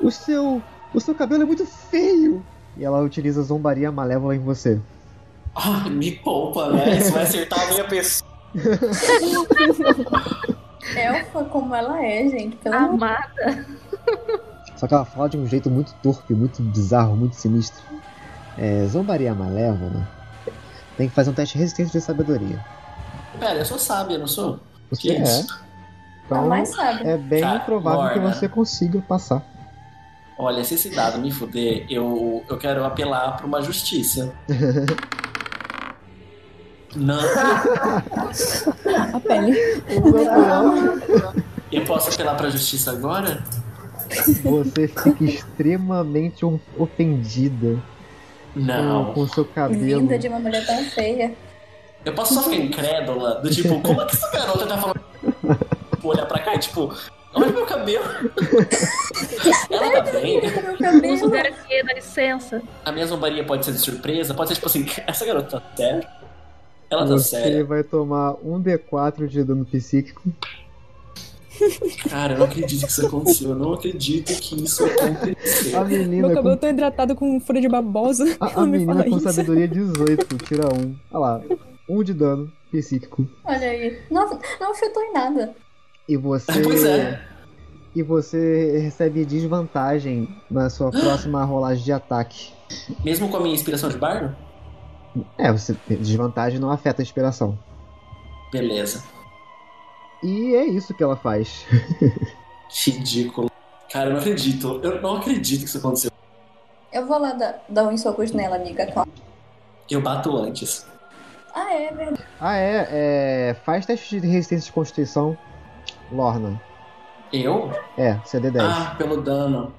Speaker 1: O seu. O seu cabelo é muito feio! E ela utiliza zombaria malévola em você.
Speaker 3: Ah, me poupa, né? Isso vai acertar a minha pessoa.
Speaker 4: Elfa como ela é, gente. Pelo amor
Speaker 6: Amar
Speaker 1: Só que ela fala de um jeito muito torpe, muito bizarro, muito sinistro. É, zombaria malévola. Tem que fazer um teste de resistência de sabedoria.
Speaker 3: Pera, eu sou sábio, não sou?
Speaker 1: Você
Speaker 3: Que
Speaker 1: é.
Speaker 3: isso?
Speaker 4: a
Speaker 1: Então,
Speaker 4: tá mais sabe.
Speaker 1: é bem
Speaker 3: Cara,
Speaker 1: provável que
Speaker 3: Ah, Lorna.
Speaker 1: você consiga passar.
Speaker 3: Olha, se esse dado me fuder, eu, eu quero apelar pra uma justiça. Não,
Speaker 2: tá, A pele.
Speaker 3: eu posso apelar pra justiça agora?
Speaker 1: Você fica extremamente on- ofendida com,
Speaker 3: Não.
Speaker 1: com o seu cabelo.
Speaker 4: Vinda de uma mulher tão feia.
Speaker 3: Eu posso só ficar incrédula, do tipo, como é que essa garota tá falando? Tipo, Olhar pra cá e tipo, olha meu cabelo. Ela tá bem.
Speaker 4: Meu
Speaker 6: Vamos
Speaker 4: cabelo.
Speaker 6: lugar aqui, dá é licença.
Speaker 3: A minha zombaria pode ser de surpresa, pode ser tipo assim, essa garota tá séria? Ela tá
Speaker 1: Você
Speaker 3: séria.
Speaker 1: vai tomar um D4 de dano psíquico.
Speaker 3: Cara, eu não acredito que isso aconteceu. Eu não acredito que isso
Speaker 1: A
Speaker 3: aconteceu.
Speaker 1: menina
Speaker 2: Meu cabelo
Speaker 1: com,
Speaker 2: tá hidratado com folha de babosa.
Speaker 3: tá
Speaker 1: a, a
Speaker 2: Ela me
Speaker 1: menina
Speaker 2: fala
Speaker 1: com
Speaker 2: isso.
Speaker 1: sabedoria 18, tira um. Olha lá, um de dano psíquico.
Speaker 4: Olha aí. Nossa, não afetou em nada.
Speaker 1: E você.
Speaker 3: Pois é.
Speaker 1: E você recebe desvantagem na sua próxima rolagem de ataque.
Speaker 3: Mesmo com a minha inspiração de bardo?
Speaker 1: É, você desvantagem não afeta a inspiração.
Speaker 3: Beleza.
Speaker 1: E é isso que ela faz.
Speaker 3: Ridículo. Cara, eu não acredito. Eu não acredito que isso aconteceu.
Speaker 4: Eu vou lá dar, dar uns socos nela, amiga. Calma.
Speaker 3: Eu bato antes.
Speaker 4: Ah, é verdade.
Speaker 1: Ah, é, é. Faz teste de resistência de constituição, Lorna.
Speaker 3: Eu?
Speaker 1: É, CD10.
Speaker 3: Ah, pelo dano.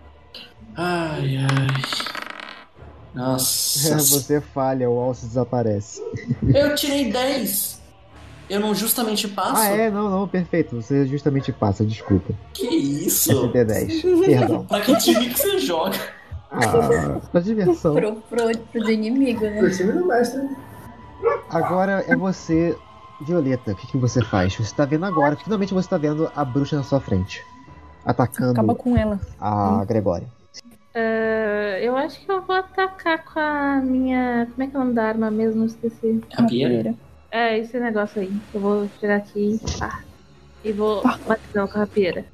Speaker 3: Ai, ai. Nossa.
Speaker 1: É, você falha, o alce desaparece.
Speaker 3: Eu tirei 10. Eu não justamente passo?
Speaker 1: Ah, é, não, não, perfeito. Você justamente passa, desculpa.
Speaker 3: Que isso?
Speaker 1: CD10. Perdão.
Speaker 3: Pra que time que você joga?
Speaker 1: Ah, pra diversão.
Speaker 4: Pro, pro, pro inimigo, né?
Speaker 5: Pro time do mestre.
Speaker 1: Agora é você, Violeta. O que, que você faz? Você tá vendo agora, finalmente você tá vendo a bruxa na sua frente.
Speaker 2: Acaba
Speaker 1: Atacando
Speaker 2: com ela.
Speaker 1: a Gregória.
Speaker 6: Ah, eu acho que eu vou atacar com a minha. Como é que é o nome da arma mesmo? Eu Esqueci.
Speaker 3: Rapieira?
Speaker 6: É, esse negócio aí. Eu vou chegar aqui pá, e vou bater nela com a rapieira.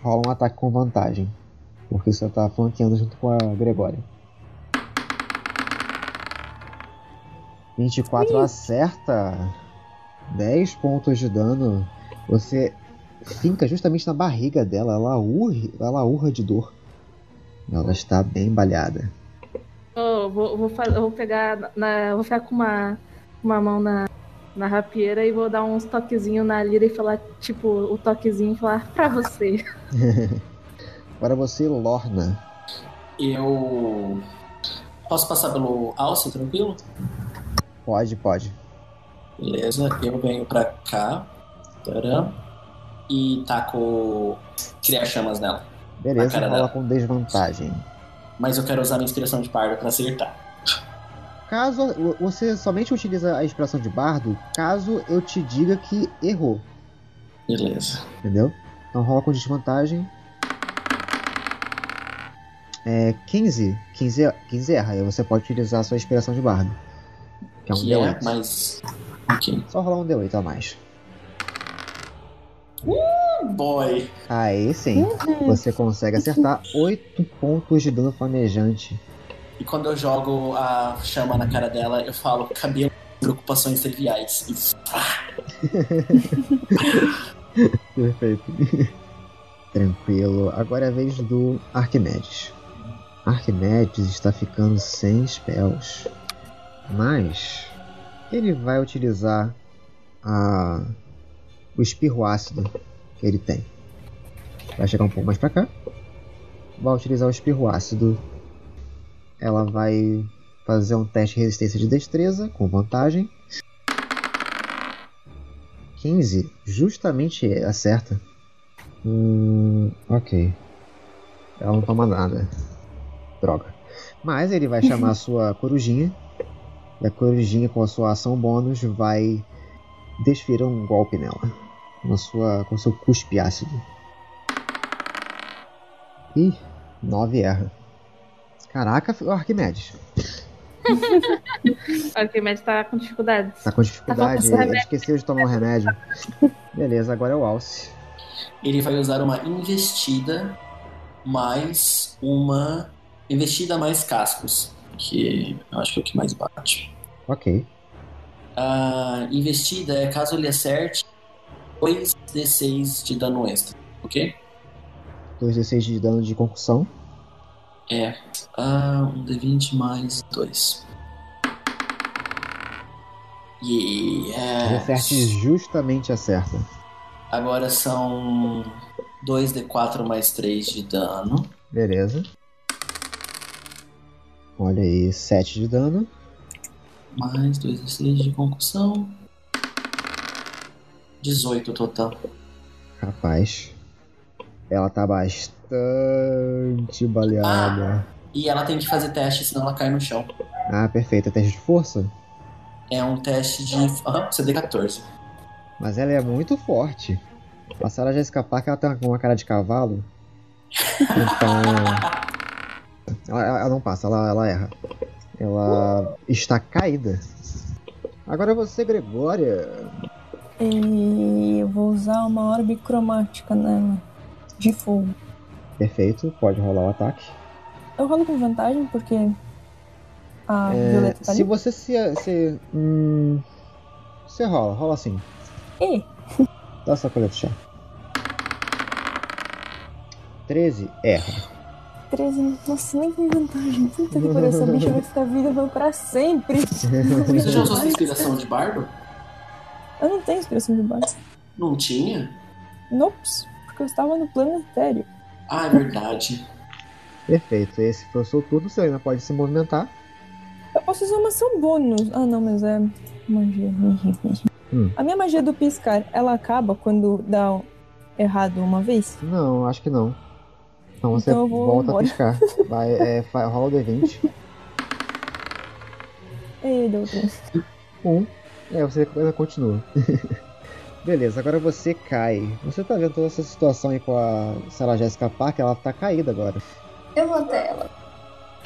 Speaker 1: Rola um ataque com vantagem. Porque você tá flanqueando junto com a Gregória. 24 acerta. 10 pontos de dano. Você finca justamente na barriga dela. Ela urra, ela urra de dor. Ela está bem balhada.
Speaker 6: Eu vou, vou, fa- eu vou pegar. na- Na, eu vou ficar com uma, uma mão na, na rapieira e vou dar uns toquezinhos na lira e falar, tipo, o toquezinho e falar pra você.
Speaker 1: Agora você, Lorna.
Speaker 3: Eu. Posso passar pelo alce, tranquilo?
Speaker 1: Pode, pode.
Speaker 3: Beleza, eu venho pra cá. Tcharam. E taco. Criar chamas nela. A
Speaker 1: Beleza,
Speaker 3: cara
Speaker 1: rola
Speaker 3: dela.
Speaker 1: com desvantagem.
Speaker 3: Mas eu quero usar minha inspiração de pardo pra acertar.
Speaker 1: Caso o- você somente utiliza a expressão de bardo, caso eu te diga que errou,
Speaker 3: Beleza.
Speaker 1: entendeu? Então rola com desvantagem. É 15. 15, é- 15 erra, aí você pode utilizar a sua inspiração de bardo. Que é um
Speaker 3: que é,
Speaker 1: D8.
Speaker 3: mas. Ok.
Speaker 1: Só rolar um D8 a mais.
Speaker 3: Oh, Boy!
Speaker 1: Aí sim, você consegue acertar 8 pontos de dano flamejante.
Speaker 3: E quando eu jogo a chama na cara dela, eu falo cabelo, preocupações triviais. Isso.
Speaker 1: Perfeito. Tranquilo. Agora é a vez do Arquimedes. Arquimedes está ficando sem spells. Mas ele vai utilizar a o espirro ácido que ele tem. Vai chegar um pouco mais pra cá. Vai utilizar o espirro ácido. Ela vai fazer um teste de resistência de destreza com vantagem. 15 justamente acerta. Hum, ok. Ela não toma nada. Droga. Mas ele vai chamar a sua corujinha. E a corujinha, com a sua ação bônus, vai desferir um golpe nela. Com a sua, com seu cuspe ácido. Ih, 9 erra. Caraca, o Arquimedes.
Speaker 6: A Arquimedes tá com dificuldades.
Speaker 1: Tá com dificuldade,
Speaker 2: faltando
Speaker 1: ele esqueceu de tomar um remédio. Beleza, agora é o Alce.
Speaker 3: Ele vai usar uma investida mais uma. Investida mais cascos. Que eu acho que é o que mais bate.
Speaker 1: Ok.
Speaker 3: A investida é caso ele acerte 2d6 de dano extra, ok?
Speaker 1: 2d6 de dano de concussão.
Speaker 3: É. Ah, um D20 mais 2.
Speaker 1: O
Speaker 3: Yeah.
Speaker 1: acerte justamente acerta.
Speaker 3: Agora são 2D4 mais 3 de dano.
Speaker 1: Beleza. Olha aí, 7 de dano.
Speaker 3: Mais 2D6 de concussão. 18 total.
Speaker 1: Rapaz. Ela tá bastante baleada.
Speaker 3: E ela tem que fazer teste, senão ela cai no chão.
Speaker 1: Ah, perfeito. É teste de força?
Speaker 3: É um teste de ah, CD14.
Speaker 1: Mas ela é muito forte. A Sarah Jessica Parker ela tem uma- uma cara de cavalo. Então. Ela, ela- ela não passa, ela, ela erra. Ela está caída. Agora você, Gregória.
Speaker 2: E eu vou usar uma orbe cromática nela. De fogo.
Speaker 1: Perfeito, pode rolar o ataque.
Speaker 2: Eu rolo com vantagem porque a
Speaker 1: É,
Speaker 2: Violeta tá
Speaker 1: se
Speaker 2: ali.
Speaker 1: você se. se hum, você rola, rola assim.
Speaker 2: Ei,
Speaker 1: Dá essa colher de chá. 13, erra.
Speaker 2: 13. Nossa, nem com vantagem. Puta que pariu, essa bicha vai ficar viva pra sempre.
Speaker 3: Você já usou sua inspiração de bardo?
Speaker 2: Eu não tenho inspiração de base.
Speaker 3: Não tinha?
Speaker 2: Nope, porque eu estava no planetário.
Speaker 3: Ah, é verdade.
Speaker 1: Perfeito, esse foi o seu turno, você ainda pode se movimentar.
Speaker 2: Eu posso usar uma ação bônus. Ah, não, mas é magia.
Speaker 1: Hum.
Speaker 2: A minha magia do piscar, ela acaba quando dá errado uma vez?
Speaker 1: Não, acho que não. Então você
Speaker 2: Então eu vou
Speaker 1: volta
Speaker 2: embora.
Speaker 1: a piscar. Vai, é, fa- rola o D20.
Speaker 2: Ei, deu três.
Speaker 1: 1. É, você ainda continua. Beleza, agora você cai. Você tá vendo toda essa situação aí com a Sarah Jessica Parker, ela tá caída agora.
Speaker 4: Eu vou até ela.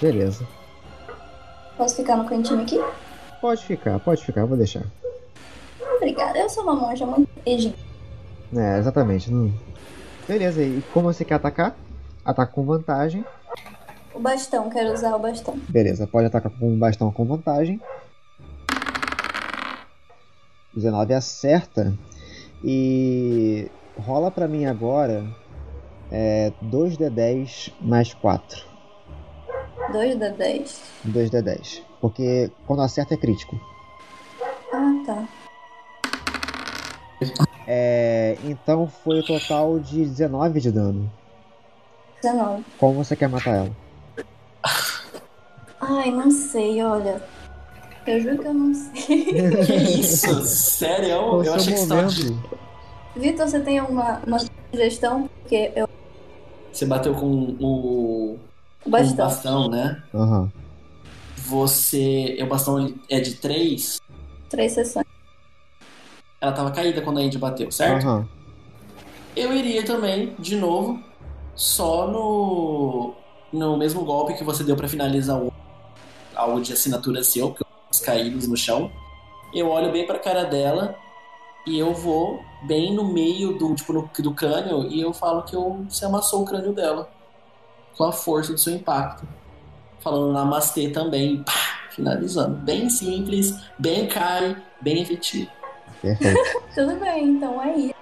Speaker 1: Beleza.
Speaker 4: Posso ficar no cantinho aqui?
Speaker 1: Pode ficar, pode ficar, vou deixar.
Speaker 4: Obrigada. Eu sou uma monja muito egípcia.
Speaker 1: É, exatamente. não- Beleza, e como você quer atacar? Ataca com vantagem.
Speaker 4: O bastão, quero usar o bastão.
Speaker 1: Beleza, pode atacar com um bastão com vantagem. 19 acerta. E rola pra mim agora é, 2d10 mais 4.
Speaker 4: 2 da 10.
Speaker 1: 2d10. Porque quando acerta é crítico.
Speaker 4: Ah, tá.
Speaker 1: É, então foi o total de 19 de dano.
Speaker 4: 19.
Speaker 1: Como você quer matar ela?
Speaker 4: Ai, não sei, olha. Eu juro que eu não sei.
Speaker 3: Que isso? Sério?
Speaker 1: Qual
Speaker 3: Eu,
Speaker 1: o seu
Speaker 3: achei que você tava-
Speaker 1: um momento?
Speaker 4: Vitor, você tem alguma uma sugestão? Porque eu.
Speaker 3: Você bateu com o,
Speaker 4: O
Speaker 3: com o
Speaker 4: bastão.
Speaker 3: bastão, né?
Speaker 1: Aham.
Speaker 3: Você. O bastão ele é de 3.
Speaker 4: Três sessões.
Speaker 3: Ela tava caída quando a Indy bateu, certo?
Speaker 1: Aham.
Speaker 3: Eu iria também, de novo, só no. No mesmo golpe que você deu pra finalizar o. Algo de assinatura seu, porque os caídos no chão. Eu olho bem pra cara dela e eu vou bem no meio do, tipo, no- do crânio e eu falo que eu, você amassou o crânio dela. Com a força do seu impacto. Falando namastê também, pá, finalizando. Bem simples, bem cai, bem efetivo.
Speaker 1: Perfeito.
Speaker 4: Tudo bem, então aí.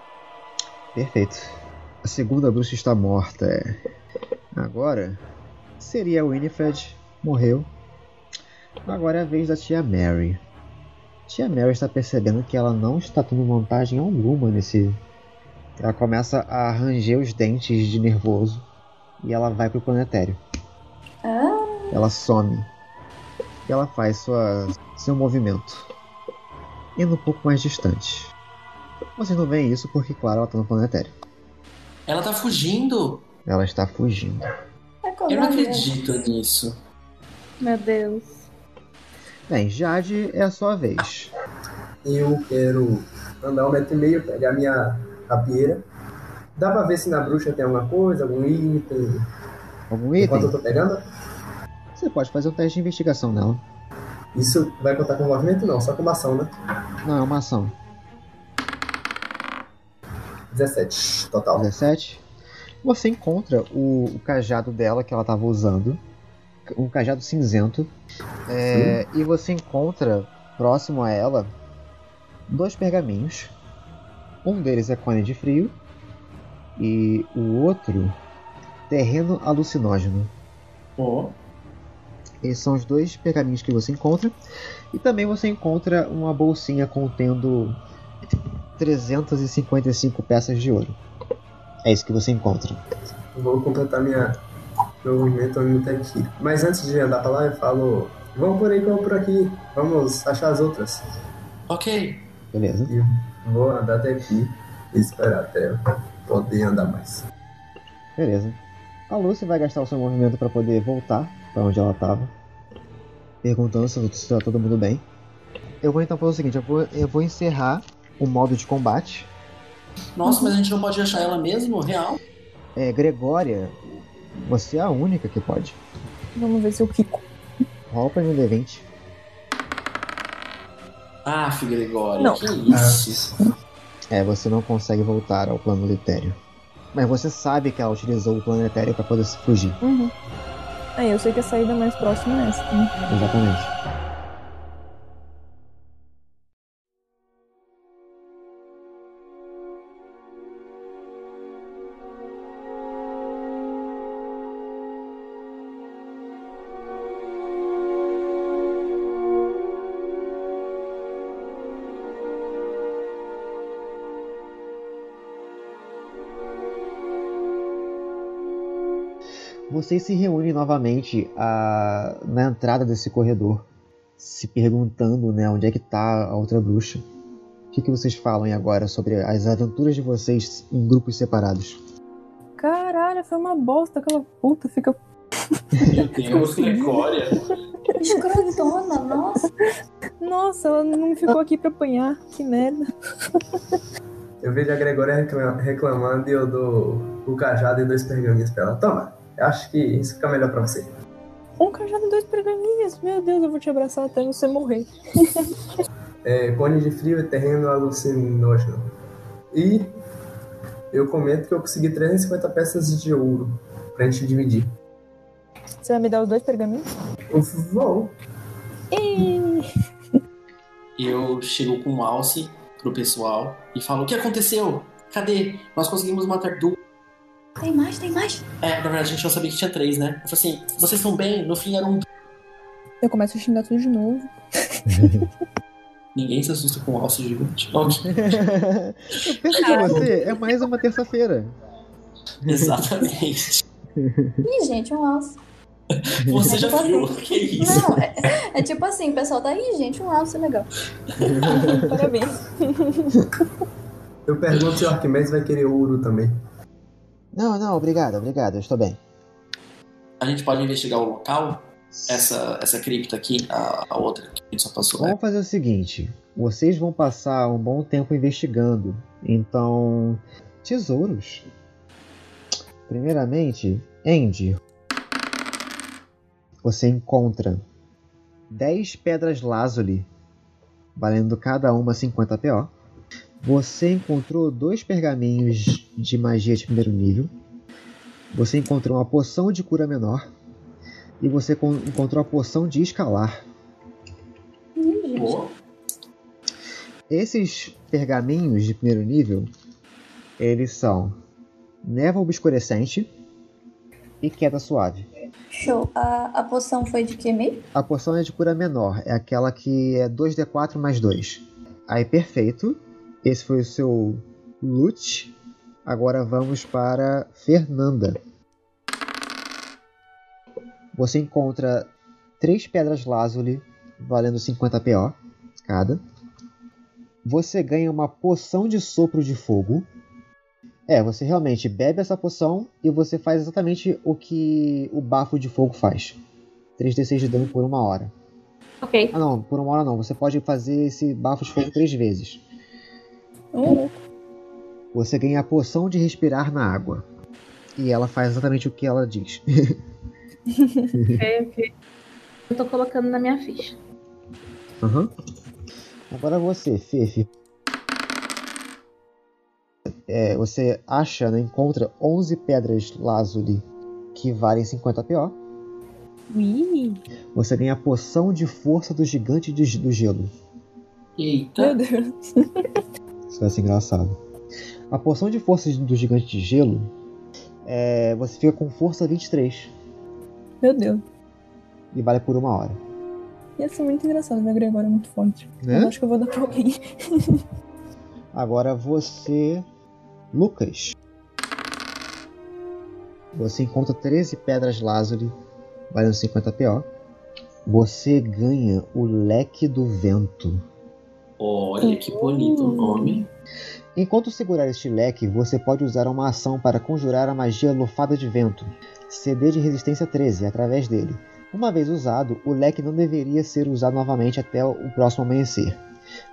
Speaker 1: Perfeito. A segunda bruxa está morta. é. Agora seria a Winifred. Morreu. Agora é a vez da tia Mary. Tia Mary está percebendo que ela não está tendo vantagem alguma nesse. Ela começa a ranger os dentes de nervoso. E ela vai pro planetário.
Speaker 4: Ah,
Speaker 1: Ela some. E ela faz sua, seu movimento. Indo um pouco mais distante. Vocês não veem isso porque, claro, ela tá no planetário.
Speaker 3: Ela tá fugindo.
Speaker 1: Ela está fugindo.
Speaker 4: Tá com
Speaker 3: Eu não
Speaker 4: nada.
Speaker 3: acredito nisso.
Speaker 6: Meu Deus.
Speaker 1: Bem, Jade é a sua vez.
Speaker 5: Eu quero andar um metro e meio, pegar minha rapieira. Dá pra ver se na bruxa tem alguma coisa, algum item,
Speaker 1: Algum
Speaker 5: enquanto eu
Speaker 1: item?
Speaker 5: tô pegando?
Speaker 1: Você pode fazer um teste de investigação nela.
Speaker 5: Isso vai contar com movimento? Não, só com uma ação, né?
Speaker 1: Não, é uma ação.
Speaker 5: 17 total.
Speaker 1: 17. Você encontra o, o cajado dela que ela estava usando. Um cajado cinzento. É, e você encontra, próximo a ela, dois pergaminhos. Um deles é cone de frio. E o outro, terreno alucinógeno.
Speaker 3: Pô,
Speaker 1: Esses são os dois pergaminhos que você encontra. E também você encontra uma bolsinha contendo 355 peças de ouro. É isso que você encontra.
Speaker 5: Vou completar minha, meu movimento indo até aqui. Mas antes de andar pra lá, eu falo: vamos por aí, vamos por aqui, vamos achar as outras.
Speaker 3: ok.
Speaker 1: Beleza?
Speaker 5: Vou andar até aqui e esperar até eu poder andar mais.
Speaker 1: Beleza. A Lucy vai gastar o seu movimento para poder voltar para onde ela estava. Perguntando se está todo mundo bem. Eu vou então fazer o seguinte, eu vou, eu vou encerrar o modo de combate.
Speaker 3: Nossa, mas a gente não pode achar ela mesmo? Real?
Speaker 1: É, Gregória, você é a única que pode.
Speaker 2: Vamos ver se eu quico.
Speaker 1: Rola pra um D20.
Speaker 3: Ah, Gregório,
Speaker 2: Não.
Speaker 3: que
Speaker 5: Ah.
Speaker 3: isso?
Speaker 1: É, você não consegue voltar ao plano etéreo. Mas você sabe que ela utilizou o plano etéreo pra poder se fugir.
Speaker 2: Uhum. Aí eu sei que a saída mais próxima é essa. né?
Speaker 1: Exatamente. Vocês se reúnem novamente ah, na entrada desse corredor, se perguntando né, onde é que tá a outra bruxa. O que, que vocês falam aí agora sobre as aventuras de vocês em grupos separados?
Speaker 2: Caralho, foi uma bosta aquela puta. Fica.
Speaker 3: é Meu Deus, Gregória.
Speaker 4: Escrotona, nossa.
Speaker 2: Nossa, ela não ficou aqui pra apanhar. Que merda.
Speaker 5: Eu vejo a Gregória recla- reclamando e eu dou o cajado e dois pergaminhos pra ela. Toma, eu acho que isso fica melhor pra você.
Speaker 2: Um cajado e dois pergaminhos. Meu Deus, eu vou te abraçar até você morrer.
Speaker 5: É, cone de frio e terreno alucinógeno. E eu comento que eu consegui 350 peças de ouro pra gente dividir.
Speaker 2: Você vai me dar os dois pergaminhos?
Speaker 5: Eu vou.
Speaker 2: Ih!
Speaker 3: Eu chego com um alce pro pessoal e falo: O que aconteceu? Cadê? Nós conseguimos matar duas.
Speaker 4: Tem mais, tem mais.
Speaker 3: É, na verdade a gente não sabia que tinha três, né? Eu falei assim: Vocês estão bem? No fim um eram.
Speaker 2: Eu começo a xingar tudo de novo.
Speaker 3: Ninguém se assusta com um alce gigante. Ok,
Speaker 1: Pensa que você, é mais uma terça-feira.
Speaker 3: Exatamente.
Speaker 4: Ih, gente, um alce.
Speaker 3: Você já viu? Que isso?
Speaker 4: Não, é, é tipo assim, o pessoal tá aí, gente, um alce legal.
Speaker 2: Parabéns.
Speaker 5: Eu pergunto se o Arquimedes vai querer ouro também.
Speaker 1: Não, não, obrigado, obrigado, eu estou bem.
Speaker 3: A gente pode investigar o local? Essa, essa cripta aqui, a, a outra que a gente só passou. né?
Speaker 1: Vamos fazer o seguinte: vocês vão passar um bom tempo investigando. Então, tesouros. Primeiramente, Andy. Você encontra 10 pedras lazuli, valendo cada uma 50 PO. Você encontrou dois pergaminhos de magia de primeiro nível. Você encontrou uma poção de cura menor. E você con- encontrou a poção de escalar.
Speaker 3: Pô,
Speaker 1: Esses pergaminhos de primeiro nível, eles são névoa obscurecente e queda suave.
Speaker 4: Show. A, a poção foi de que meio?
Speaker 1: A porção é de cura menor, é aquela que é 2d4 mais 2. Aí, perfeito. Esse foi o seu loot. Agora vamos para Fernanda. Você encontra três pedras lazuli valendo 50 PO cada. você ganha uma poção de sopro de fogo. É, você realmente bebe essa poção e você faz exatamente o que o bafo de fogo faz. 3d6 de dano por uma hora.
Speaker 6: Ok.
Speaker 1: Ah não, por uma hora não. Você pode fazer esse bafo de fogo três vezes.
Speaker 2: Hum,
Speaker 1: Você ganha a poção de respirar na água. E ela faz exatamente o que ela diz.
Speaker 6: ok, ok. Eu tô colocando na minha ficha.
Speaker 1: Aham. Agora você, Fefe. É, você acha, né, encontra 11 pedras lazuli que valem 50 PO.
Speaker 2: ui.
Speaker 1: Você ganha a poção de força do gigante de ge- do gelo.
Speaker 2: Meu
Speaker 3: Eita.
Speaker 2: Deus.
Speaker 1: Isso vai ser engraçado. A poção de força do gigante de gelo, é, você fica com força 23
Speaker 2: Meu Deus.
Speaker 1: e vale por uma hora.
Speaker 2: Ia ser muito engraçado, meu Gregório é muito forte.
Speaker 1: Né?
Speaker 2: Eu acho que eu vou dar pra alguém.
Speaker 1: Agora você, Lucas. Você encontra 13 pedras Lázaro, valendo 50 PO. Você ganha o leque do vento.
Speaker 3: Olha que bonito o nome.
Speaker 1: Enquanto segurar este leque, você pode usar uma ação para conjurar a magia lufada de vento, CD de resistência 13, através dele. Uma vez usado, o leque não deveria ser usado novamente até o próximo amanhecer.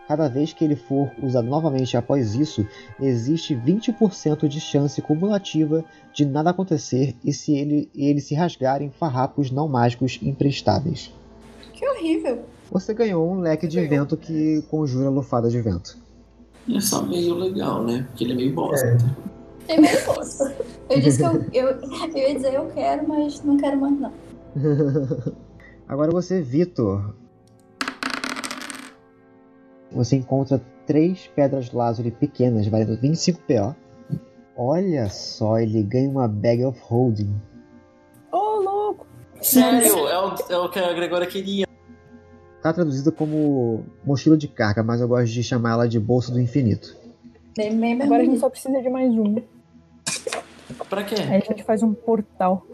Speaker 1: Cada vez que ele for usado novamente após isso, existe 20% de chance cumulativa de nada acontecer e se ele, ele se rasgar em farrapos não mágicos imprestáveis.
Speaker 4: Que horrível.
Speaker 1: Você ganhou um leque de vento que conjura lufada de vento.
Speaker 3: É só meio legal, né? Porque ele é meio bosta.
Speaker 5: É.
Speaker 4: Tem meio força. Eu disse que eu, eu, eu ia dizer eu quero, mas não quero mais não.
Speaker 1: Agora você, Vitor. Você encontra três pedras Lázaro pequenas, valendo 25 PO. Olha só, ele ganha uma Bag of Holding.
Speaker 2: Ô, louco!
Speaker 3: Sério, é o, é o que a Gregora queria.
Speaker 1: Tá traduzido como mochila de carga, mas eu gosto de chamar ela de bolsa do infinito.
Speaker 4: Bem, bem, bem
Speaker 2: Agora a gente
Speaker 4: bonito.
Speaker 2: só precisa de mais um.
Speaker 3: Pra quê?
Speaker 2: Aí a gente faz um portal.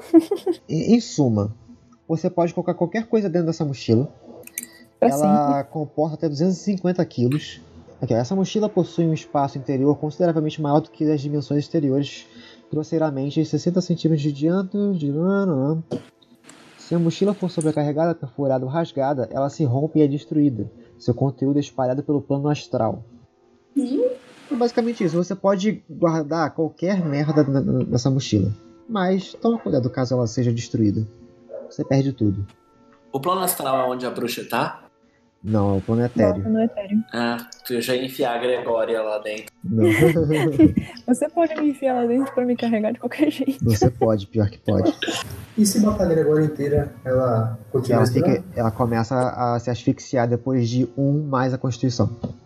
Speaker 1: E, em suma, você pode colocar qualquer coisa dentro dessa mochila.
Speaker 2: Pra sempre.
Speaker 1: Ela comporta até 250 quilos. Aqui, ó, essa mochila possui um espaço interior consideravelmente maior do que as dimensões exteriores, grosseiramente 60 centímetros de diâmetro. De... Se a mochila for sobrecarregada, perfurada ou rasgada, ela se rompe e é destruída. Seu conteúdo é espalhado pelo plano astral.
Speaker 2: Hum.
Speaker 4: Ih.
Speaker 1: É basicamente isso. Você pode guardar qualquer merda na- na- nessa mochila. Mas toma cuidado caso ela seja destruída. Você perde tudo.
Speaker 3: O plano astral é onde a bruxa tá?
Speaker 1: Não, é o plano etéreo.
Speaker 2: Bota no etéreo.
Speaker 3: Ah, tu já ia enfiar a Gregória lá dentro.
Speaker 1: Não.
Speaker 2: Você pode me enfiar lá dentro pra me carregar de qualquer jeito.
Speaker 1: Você pode, pior que pode.
Speaker 5: E se botar nele agora inteira, ela
Speaker 1: Porque
Speaker 5: continua
Speaker 1: ela,
Speaker 5: assim,
Speaker 1: fica, ela começa a se asfixiar depois de um mais a constituição.
Speaker 5: ó?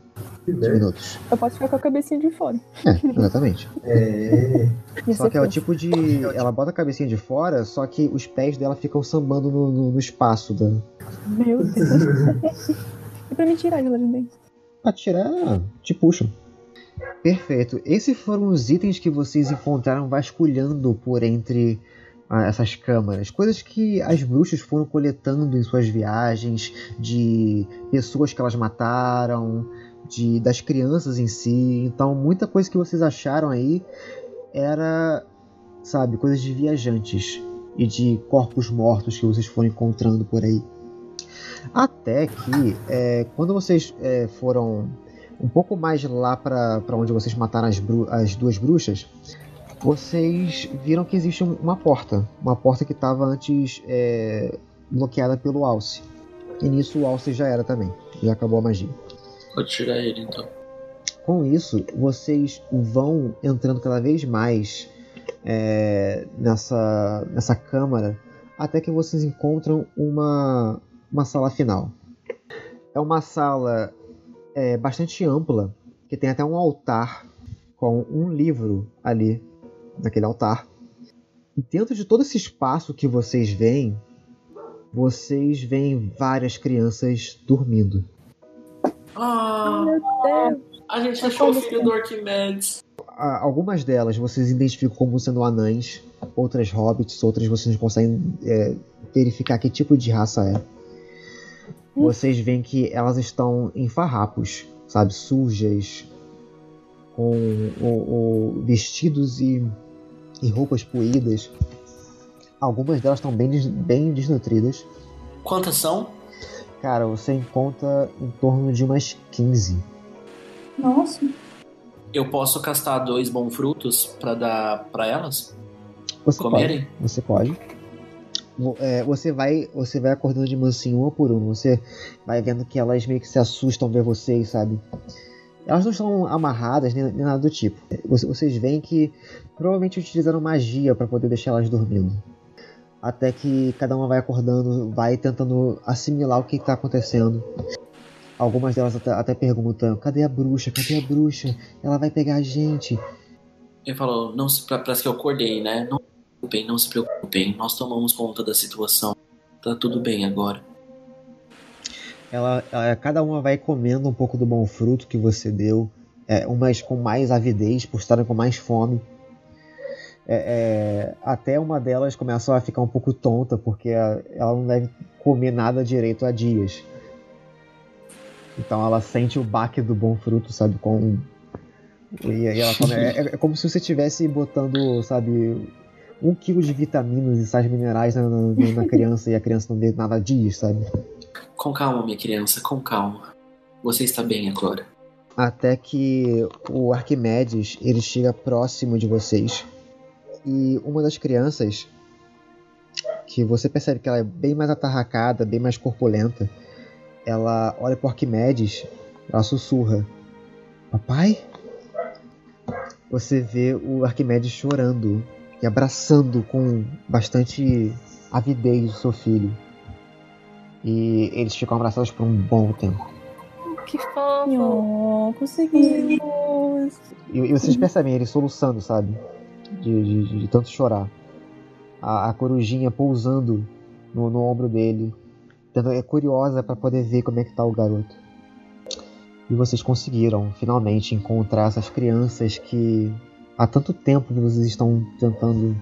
Speaker 5: Que
Speaker 1: De
Speaker 5: velho.
Speaker 1: minutos.
Speaker 2: Eu posso ficar com a cabecinha de fora.
Speaker 1: É, exatamente.
Speaker 5: É,
Speaker 2: Ia
Speaker 1: Só
Speaker 2: ser
Speaker 1: que é o
Speaker 2: fofo.
Speaker 1: tipo de. Ela bota a cabecinha de fora, só que os pés dela ficam sambando no, no- no espaço. Da...
Speaker 2: Meu Deus. e pra me tirar de lá de dentro?
Speaker 1: Pra tirar, te puxam. Perfeito. Esses foram os itens que vocês encontraram vasculhando por entre ah, essas câmaras. Coisas que as bruxas foram coletando em suas viagens, de pessoas que elas mataram, de das crianças em si. Então, muita coisa que vocês acharam aí era, sabe, coisas de viajantes e de corpos mortos que vocês foram encontrando por aí. Até que, é, quando vocês é, foram um pouco mais lá pra pra onde vocês mataram as, bru- as duas bruxas, vocês viram que existe um- uma porta. Uma porta que estava antes é, bloqueada pelo Alce. E nisso o Alce já era também. Já acabou a magia.
Speaker 3: Vou tirar ele então.
Speaker 1: Com isso, vocês vão entrando cada vez mais é, nessa, nessa câmara até que vocês encontram uma, uma sala final. É uma sala é, bastante ampla, que tem até um altar com um livro ali, naquele altar. E dentro de todo esse espaço que vocês veem, vocês veem várias crianças dormindo.
Speaker 3: Ah,
Speaker 2: É,
Speaker 3: a gente achou o filho do Arquimedes.
Speaker 1: A- algumas delas vocês identificam como sendo anãs, outras hobbits, outras vocês não conseguem é, verificar que tipo de raça é. Vocês veem que elas estão em farrapos, sabe, sujas, com o- o- vestidos e, e roupas poídas. Algumas delas estão bem, des- bem desnutridas.
Speaker 3: Quantas são?
Speaker 1: Cara, você encontra em torno de umas 15.
Speaker 4: Nossa.
Speaker 3: Eu posso castar dois bons frutos pra dar pra elas
Speaker 1: Você pode.
Speaker 3: comerem?
Speaker 1: Você pode. Vo- é, você vai você vai acordando de mansinho uma por uma. Você vai vendo que elas meio que se assustam ver vocês, sabe? Elas não estão amarradas nem, nem nada do tipo. Você- Vocês veem que provavelmente utilizaram magia pra poder deixar elas dormindo. Até que cada uma vai acordando, vai tentando assimilar o que tá acontecendo. Algumas delas até, até perguntam: cadê a bruxa? Cadê a bruxa? Ela vai pegar a gente.
Speaker 3: Ele falou, não se pra, pra que eu acordei, né? Não se preocupem, não se preocupem. Nós tomamos conta da situação. Tá tudo bem agora.
Speaker 1: Ela, ela- cada uma vai comendo um pouco do bom fruto que você deu, é, umas com mais avidez, por estarem com mais fome. É, é, até uma delas começa a ficar um pouco tonta, porque a- ela não deve comer nada direito há dias. Então ela sente o baque do bom fruto, sabe? Com... um- E, aí ela come- é, é como se você estivesse botando, sabe, um quilo de vitaminas e sais minerais na, na- na criança e a criança não vê nada há dias, sabe?
Speaker 3: Com calma, minha criança, com calma. Você está bem agora.
Speaker 1: até que o Arquimedes ele chega próximo de vocês e uma das crianças que você percebe que ela é bem mais atarracada, bem mais corpulenta, ela olha pro Arquimedes, ela sussurra: "Papai?" Você vê o Arquimedes chorando e abraçando com bastante avidez o seu filho. E eles ficam abraçados por um bom tempo.
Speaker 6: Que fofo.
Speaker 2: Oh,
Speaker 1: E,
Speaker 2: consegui.
Speaker 1: e vocês percebem ele soluçando, sabe? De, de- de tanto chorar. A, a corujinha pousando no, no ombro dele. Tendo, é curiosa pra poder ver como é que tá o garoto. E vocês conseguiram finalmente encontrar essas crianças que há tanto tempo que vocês estão tentando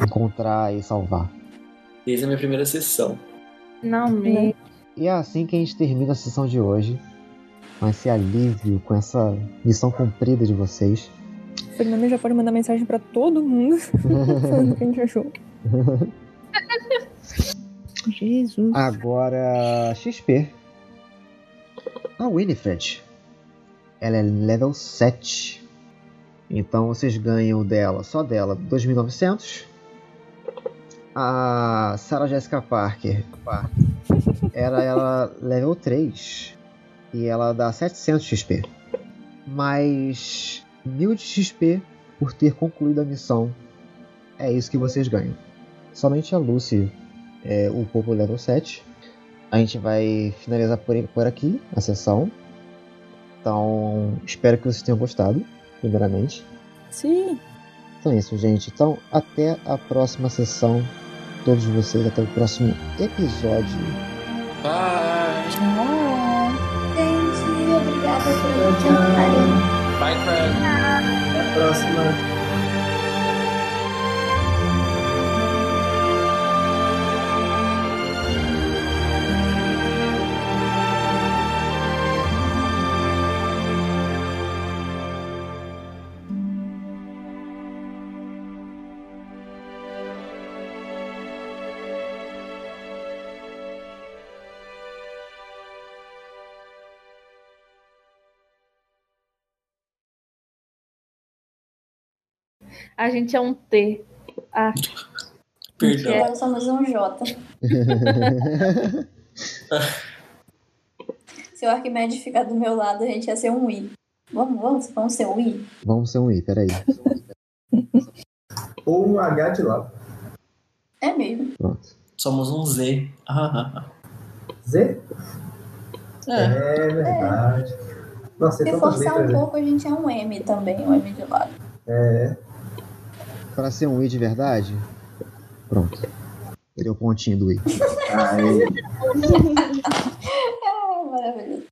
Speaker 1: encontrar e salvar.
Speaker 3: Desde a minha primeira sessão.
Speaker 6: Finalmente.
Speaker 1: E é assim que a gente termina a sessão de hoje. Com esse alívio, com essa missão cumprida de vocês.
Speaker 2: Fernando já pode mandar mensagem pra todo mundo falando o que a gente achou. Jesus.
Speaker 1: Agora, XP. A Winifred. Ela é level 7. Então vocês ganham dela, só dela, 2.900. A Sarah Jessica Parker. pá, Era ela é level 3. E ela dá 700 XP. Mais 1.000 de XP por ter concluído a missão. É isso que vocês ganham. Somente a Lucy é, o Popo Level 7. A gente vai finalizar por, por aqui a sessão. Então, espero que vocês tenham gostado, primeiramente.
Speaker 2: Sim.
Speaker 1: Então é isso, gente. Então, até a próxima sessão. Todos vocês, até o próximo episódio.
Speaker 3: Bye!
Speaker 2: Ah.
Speaker 4: Gente, obrigada por me chamarem.
Speaker 3: Bye, Craig!
Speaker 5: Até a próxima.
Speaker 6: A gente é um T. Ah,
Speaker 3: Perdão.
Speaker 4: Agora somos um J. Se o Arquimedes ficar do meu lado, a gente ia ser um I. Vamos, vamos, vamos ser um I.
Speaker 1: Vamos ser um I, peraí.
Speaker 5: Ou um H de lado.
Speaker 4: É mesmo.
Speaker 1: Pronto.
Speaker 3: Somos um Z. Ah, ah,
Speaker 5: Z?
Speaker 3: ah.
Speaker 5: É,
Speaker 3: É.
Speaker 5: verdade. Nossa, é
Speaker 4: Se
Speaker 5: tantas
Speaker 4: forçar um
Speaker 5: letras. né?
Speaker 4: pouco, a gente é um M também, um M de lado.
Speaker 5: É,
Speaker 1: Para ser um I de verdade, pronto. Ele é o pontinho do I.
Speaker 5: aí.
Speaker 4: É maravilhoso.